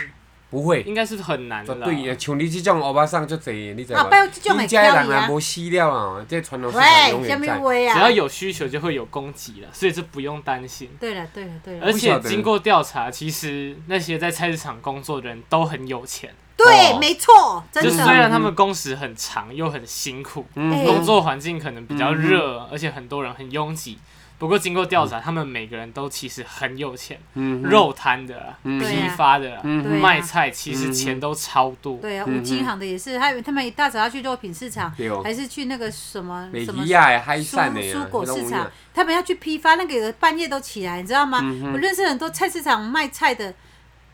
Speaker 1: 不会，
Speaker 3: 应该是很难
Speaker 1: 绝
Speaker 3: 的啦。
Speaker 1: 对的。像你这种欧巴桑足侪，你知
Speaker 2: 啊拜
Speaker 1: 无？
Speaker 2: 托这种会
Speaker 1: 你家的
Speaker 2: 翘
Speaker 1: 人
Speaker 2: 你啊
Speaker 1: 啊，无死了啊，这传统市场永
Speaker 2: 喂，什
Speaker 1: 远
Speaker 2: 么
Speaker 1: 在。
Speaker 2: 话
Speaker 3: 只要
Speaker 2: 啊？
Speaker 3: 有需求就会有供给了，所以这不用担心。
Speaker 2: 对了，对了，对了
Speaker 3: 而，
Speaker 1: 不晓
Speaker 3: 且
Speaker 1: 得
Speaker 3: 经过调查，其实那些在菜市场工作的人都很有钱，
Speaker 2: 对，
Speaker 1: 哦
Speaker 2: 没错，真
Speaker 3: 就虽
Speaker 2: 的。啊
Speaker 3: 然他们工时很长又很辛苦，
Speaker 1: 嗯
Speaker 2: 哎
Speaker 3: 工作环境可能比较热，而且很多人很拥挤。不过经过调查，他们每个人都其实很有钱，
Speaker 1: 嗯哼，嗯
Speaker 3: 肉摊的啊、
Speaker 2: 对
Speaker 3: 批
Speaker 2: 啊
Speaker 3: 发的啊、
Speaker 2: 对啊
Speaker 3: 卖菜，其实钱都超多。
Speaker 2: 对啊，五金行的也是，还有他们一大早要去肉品市场
Speaker 1: 嗯对哦，
Speaker 2: 还是去那个什么
Speaker 1: 美
Speaker 2: 什么
Speaker 1: 吉亚的海
Speaker 2: 蔬
Speaker 1: 产的啊
Speaker 2: 蔬，果
Speaker 1: 那种
Speaker 2: 市
Speaker 1: 物嗯
Speaker 2: 场
Speaker 1: 件，
Speaker 2: 他们要去批发，那个有的半夜都起来，你知道吗？我认识很多菜市场卖菜的，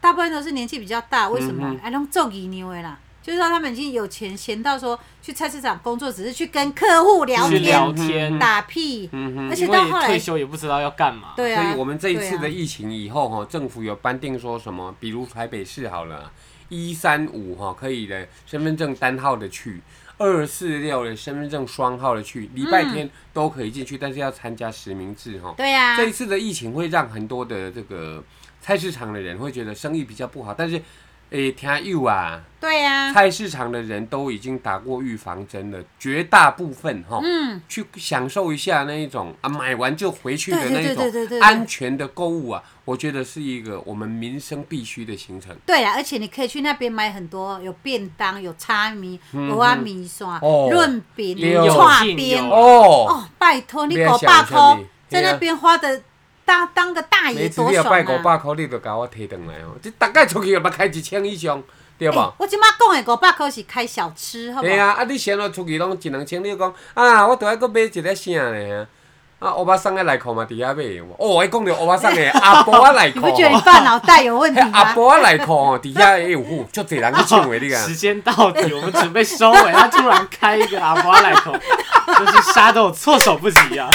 Speaker 2: 大部分都是年纪比较大，为什么
Speaker 1: 嗯？
Speaker 2: 哎、拢做姨牛的啦，就是说他们已经有钱，闲到说去菜市场工作，只是去跟客户啊聊
Speaker 3: 去
Speaker 2: 天、
Speaker 3: 聊
Speaker 1: 嗯
Speaker 3: 天，
Speaker 2: 打屁，而且
Speaker 3: 因
Speaker 2: 到
Speaker 3: 为
Speaker 2: 后来
Speaker 3: 退，休也不知道要干嘛。
Speaker 2: 对
Speaker 1: 所
Speaker 2: 啊，
Speaker 1: 以我们这一次的
Speaker 2: 对啊
Speaker 1: 疫情以后哈、政府有颁定说什么，比如台北市好了，一三五哈可以的身份证单号的去，二四六的身份证双号的去，礼拜天都可以进去，但是要参加实名制哈、
Speaker 2: 对啊呀、
Speaker 1: 这一次的疫情会让很多的这个菜市场的人会觉得生意比较不好，但是。诶，听友啊，
Speaker 2: 对 呀、
Speaker 1: 菜市场的人都已经打过预防针了，绝大部分哈，
Speaker 2: 嗯，
Speaker 1: 去享受一下那一种啊，买完就回去的
Speaker 2: 对
Speaker 1: 那
Speaker 2: 对
Speaker 1: 一
Speaker 2: 对对对
Speaker 1: 种
Speaker 2: 对
Speaker 1: 安全的购物啊，我觉得是一个我们民生必须的行程。
Speaker 2: 对啊啦，而且你可以去那边买很多，有便当，有叉米、蚵仔米线、
Speaker 1: 嗯哦
Speaker 2: 润饼、
Speaker 1: 应有
Speaker 2: 串
Speaker 3: 尽
Speaker 2: 饼
Speaker 3: 有。
Speaker 1: 哦，
Speaker 2: 哦，拜托你
Speaker 1: 不要
Speaker 2: 狗
Speaker 1: 想
Speaker 2: 爸
Speaker 1: 象
Speaker 2: 抠
Speaker 1: 你
Speaker 2: 在那边花的当当个大
Speaker 1: 每
Speaker 2: 爷
Speaker 1: 次
Speaker 2: 多
Speaker 1: 啊你
Speaker 2: 爽
Speaker 1: 要拜五
Speaker 2: 啊！
Speaker 1: 百块，你就甲我提回来哦，这大概出去要开一千以上，对
Speaker 2: 欸
Speaker 1: 吧？
Speaker 2: 我即马讲的五百块是开小吃，好不
Speaker 1: 对
Speaker 2: 好？
Speaker 1: 啊，啊你先咯出去拢一两千，你就讲啊，我倒还搁买一个啥呢？啊，欧巴桑的内裤嘛，伫遐买的哦。哦，还讲到欧巴桑 的阿婆啊内
Speaker 2: 你
Speaker 1: 裤
Speaker 2: 不觉得你
Speaker 1: 哦，
Speaker 2: 爸脑袋有 问题
Speaker 1: 迄 阿
Speaker 2: 吗？
Speaker 1: 婆啊内裤哦，底 下也有货，足侪人去抢的，你看。
Speaker 3: 时间到底，我们准备收尾，他突然开一个阿巴来口， 真是杀得我措手不及啊！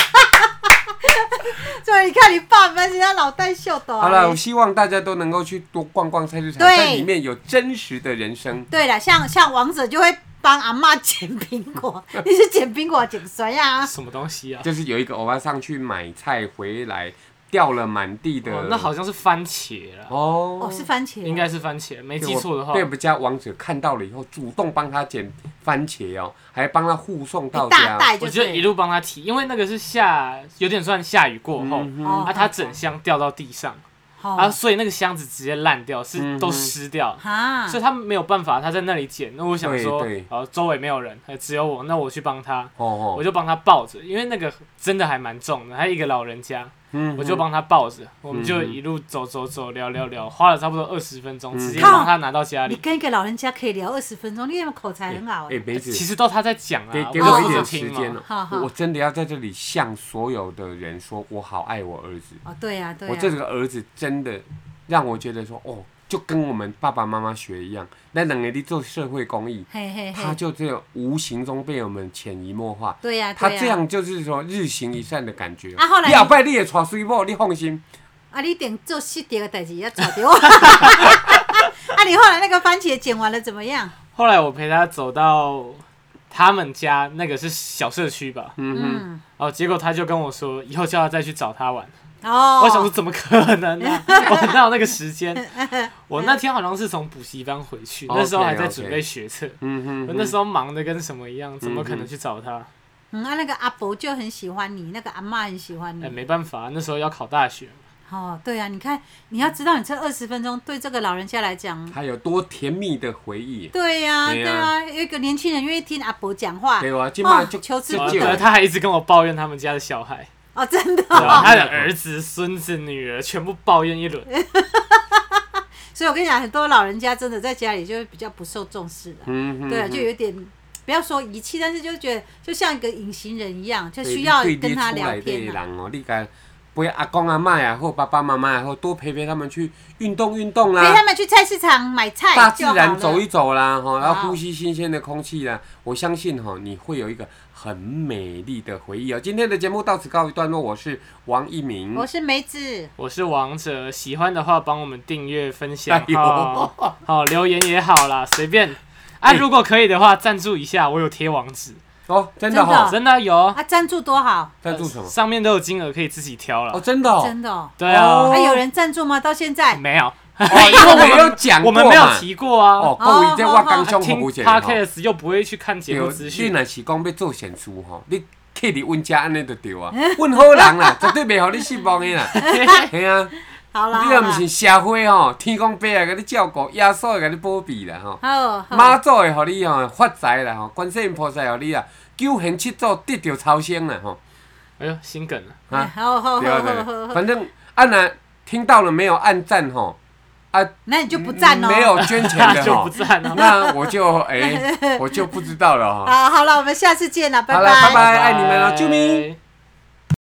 Speaker 2: 所以你看你爸，反正他脑袋秀啊抖
Speaker 1: 好了，我希望大家都能够去多逛逛菜市场，
Speaker 2: 对
Speaker 1: 在里面有真实的人生。
Speaker 2: 对了，像像王者就会帮阿妈 捡苹果，你是捡苹果捡 谁呀？
Speaker 3: 什么东西啊？
Speaker 1: 就是有一个欧巴上去买菜回来，掉了满地的。
Speaker 3: 哦，那好像是番茄啦，
Speaker 1: 哦，
Speaker 2: 哦，是番茄，
Speaker 3: 应该是番茄，没
Speaker 1: 对
Speaker 3: 记
Speaker 1: 我
Speaker 3: 错的话
Speaker 1: 被，我们家王者看到了以后，主动帮他捡番茄哦，还帮他护送到
Speaker 2: 一大
Speaker 1: 家。
Speaker 2: 袋
Speaker 3: 我
Speaker 2: 就
Speaker 3: 就是一路帮他提，因为那个是下，有点算下雨过后，
Speaker 1: 嗯
Speaker 2: 哦
Speaker 3: 啊，他整箱掉到地上，啊，
Speaker 2: 哦
Speaker 3: 所以那个箱子直接烂掉，是
Speaker 1: 嗯
Speaker 3: 都湿掉。
Speaker 2: 哈
Speaker 3: 所以他没有办法，他在那里捡。那我想说
Speaker 1: 对对，
Speaker 3: 呃，周围没有人，呃只有我，那我去帮他。
Speaker 1: 哦哦，
Speaker 3: 我就帮他抱着，因为那个真的还蛮重的，他一个老人家，
Speaker 1: 嗯
Speaker 3: 我就帮他抱着，我们就
Speaker 1: 嗯
Speaker 3: 一路走走走，聊聊聊，花了差不多二十分钟，直接
Speaker 2: 靠
Speaker 3: 帮他拿到家
Speaker 2: 你
Speaker 3: 里。
Speaker 2: 跟一个老人家可以聊二十分钟，你有没有口才很好
Speaker 1: 哎，
Speaker 2: 哎。
Speaker 1: 梅
Speaker 3: 其
Speaker 1: 子，
Speaker 3: 实都他在讲啊，
Speaker 1: 给给
Speaker 3: 就
Speaker 1: 我一
Speaker 3: 负责
Speaker 1: 点
Speaker 3: 听
Speaker 1: 时
Speaker 3: 嘛
Speaker 1: 间
Speaker 2: 好
Speaker 1: 哦，
Speaker 2: 好
Speaker 1: 我我真的要在这里向所有的人说，我好爱我儿子。
Speaker 2: 哦，对呀，对
Speaker 1: 我这
Speaker 2: 呀，
Speaker 1: 个儿子真的让我觉得说，哦，就跟我们爸爸妈妈学一样，那两个人做社会公益，
Speaker 2: 嘿嘿
Speaker 1: 他
Speaker 2: 嘿，
Speaker 1: 就这样无形中被我们潜移默化。
Speaker 2: 对呀，
Speaker 1: 他
Speaker 2: 对呀啊
Speaker 1: 这样就是说日行一善的感觉。
Speaker 2: 啊后来
Speaker 1: 你后摆你会娶水某，你放心。
Speaker 2: 啊，你顶做失掉的代志也找到 我。啊，你后来那个番茄剪完了怎么样？
Speaker 3: 后来我陪他走到他们家那个是小社区吧，
Speaker 1: 嗯
Speaker 2: 嗯，
Speaker 3: 然后结果他就跟我说，以后叫他再去找他玩。
Speaker 2: 哦，
Speaker 3: 我想说怎么可能呢、 我哪有那个时间？我那天好像是从补习班回去，那时候还在
Speaker 1: OK，OK
Speaker 3: 准备学测，
Speaker 1: 哦嗯哼
Speaker 3: 我
Speaker 1: 嗯
Speaker 3: 那
Speaker 1: 哼，
Speaker 3: 时候忙的跟什么一样，怎么可能去找他？
Speaker 2: 嗯，啊，那个阿伯就很喜欢你，那个阿妈很喜欢
Speaker 3: 哎、
Speaker 2: 你。
Speaker 3: 没办法，那时候要考大学，
Speaker 1: 嗯
Speaker 2: 哦，对啊，你看，你要知道，你这二十分钟对这个老人家来讲，
Speaker 1: 他有多甜蜜的回忆。
Speaker 2: 对呀、
Speaker 1: 对
Speaker 2: 对
Speaker 1: 啊
Speaker 2: 啊，有一个年轻人愿意听阿伯讲话，
Speaker 1: 对哇，今嘛
Speaker 2: 哦
Speaker 1: 就
Speaker 2: 求之
Speaker 1: 就
Speaker 2: 不
Speaker 1: 就
Speaker 2: 得
Speaker 3: 而他还一直跟我抱怨他们家的小孩，
Speaker 2: 哦，真的、
Speaker 3: 对吧
Speaker 2: 哦。
Speaker 3: 他的儿子、孙子、女儿全部抱怨一轮。
Speaker 2: 所以我跟你讲，很多老人家真的在家里就比较不受重视了，
Speaker 1: 嗯哼，
Speaker 2: 对啊，就有点不要说遗弃，但是就觉得就像一个隐形人一样，就
Speaker 1: 对
Speaker 2: 需要
Speaker 1: 对
Speaker 2: 跟他
Speaker 1: 你
Speaker 2: 聊
Speaker 1: 出来的
Speaker 2: 天啊。
Speaker 1: 人哦，你该陪阿公阿嬷呀，或爸爸妈妈呀，或多陪陪他们去运动运动啦。
Speaker 2: 陪他们去菜市场买菜
Speaker 1: 大自
Speaker 2: 就好
Speaker 1: 然
Speaker 2: 了。
Speaker 1: 走一走啦，哈，然
Speaker 2: 好
Speaker 1: 后呼吸新鲜的空气啦，我相信哈，你会有一个很美丽的回忆哦。今天的节目到此告一段落，我是王一鸣
Speaker 2: 我，是梅子，
Speaker 3: 我是王者，喜欢的话帮我们订阅、分享
Speaker 1: 哎，呦
Speaker 3: 好、好留言也好啦，随便。啊，
Speaker 1: 哎
Speaker 3: 如果可以的话，赞助一下，我有贴网址，
Speaker 1: 哦，真的
Speaker 2: 真
Speaker 1: 哈
Speaker 2: 的，
Speaker 3: 真的有，
Speaker 2: 啊，赞助多好，
Speaker 1: 赞助什么？
Speaker 3: 上面都有金额可以自己挑
Speaker 1: 哦，
Speaker 3: 了。
Speaker 1: 真的哦，
Speaker 2: 真的、哦。
Speaker 3: 对啊
Speaker 1: 哦
Speaker 2: 还、有人赞助吗？到现在
Speaker 3: 没有，
Speaker 1: 哦，因为我们有讲过
Speaker 3: 我
Speaker 1: 嘛
Speaker 3: 们没有提过啊。
Speaker 1: 哦，故意在我刚上
Speaker 3: 听
Speaker 1: 服务节目吼
Speaker 3: podcast 又不会去看节目资
Speaker 1: 对，你
Speaker 3: 讯，
Speaker 1: 若是讲要做善事吼，你去伫阮遮安尼就对啊，阮好人啦，绝对袂互你失望的啦。嘿啊，
Speaker 2: 好啦，
Speaker 1: 你
Speaker 2: 好
Speaker 1: 若毋
Speaker 2: 啦
Speaker 1: 是社会吼，天公伯来甲你照顾，耶稣会甲你保庇啦吼，
Speaker 2: 好，好
Speaker 1: 妈祖会互你吼发财啦吼，观世音菩萨互你啊九贤七祖得到超生啦吼。
Speaker 3: 哎呦，心梗了。
Speaker 2: 哎
Speaker 1: 啊，
Speaker 2: 好好
Speaker 1: 对啊
Speaker 2: 好
Speaker 1: 对
Speaker 2: 好
Speaker 1: 啊
Speaker 2: 好，好，
Speaker 1: 反正啊那听到了没有按赞吼，
Speaker 2: 那你就不赞哦。
Speaker 1: 嗯没有捐钱
Speaker 3: 那
Speaker 1: 的
Speaker 3: 就不
Speaker 1: 吼，
Speaker 3: 赞啊了。
Speaker 1: 那我就哎我就不知道了哈。
Speaker 2: 好，好了，我们下次见了，拜
Speaker 1: 好了，拜
Speaker 2: 拜。
Speaker 1: 拜，爱你们哦，救命！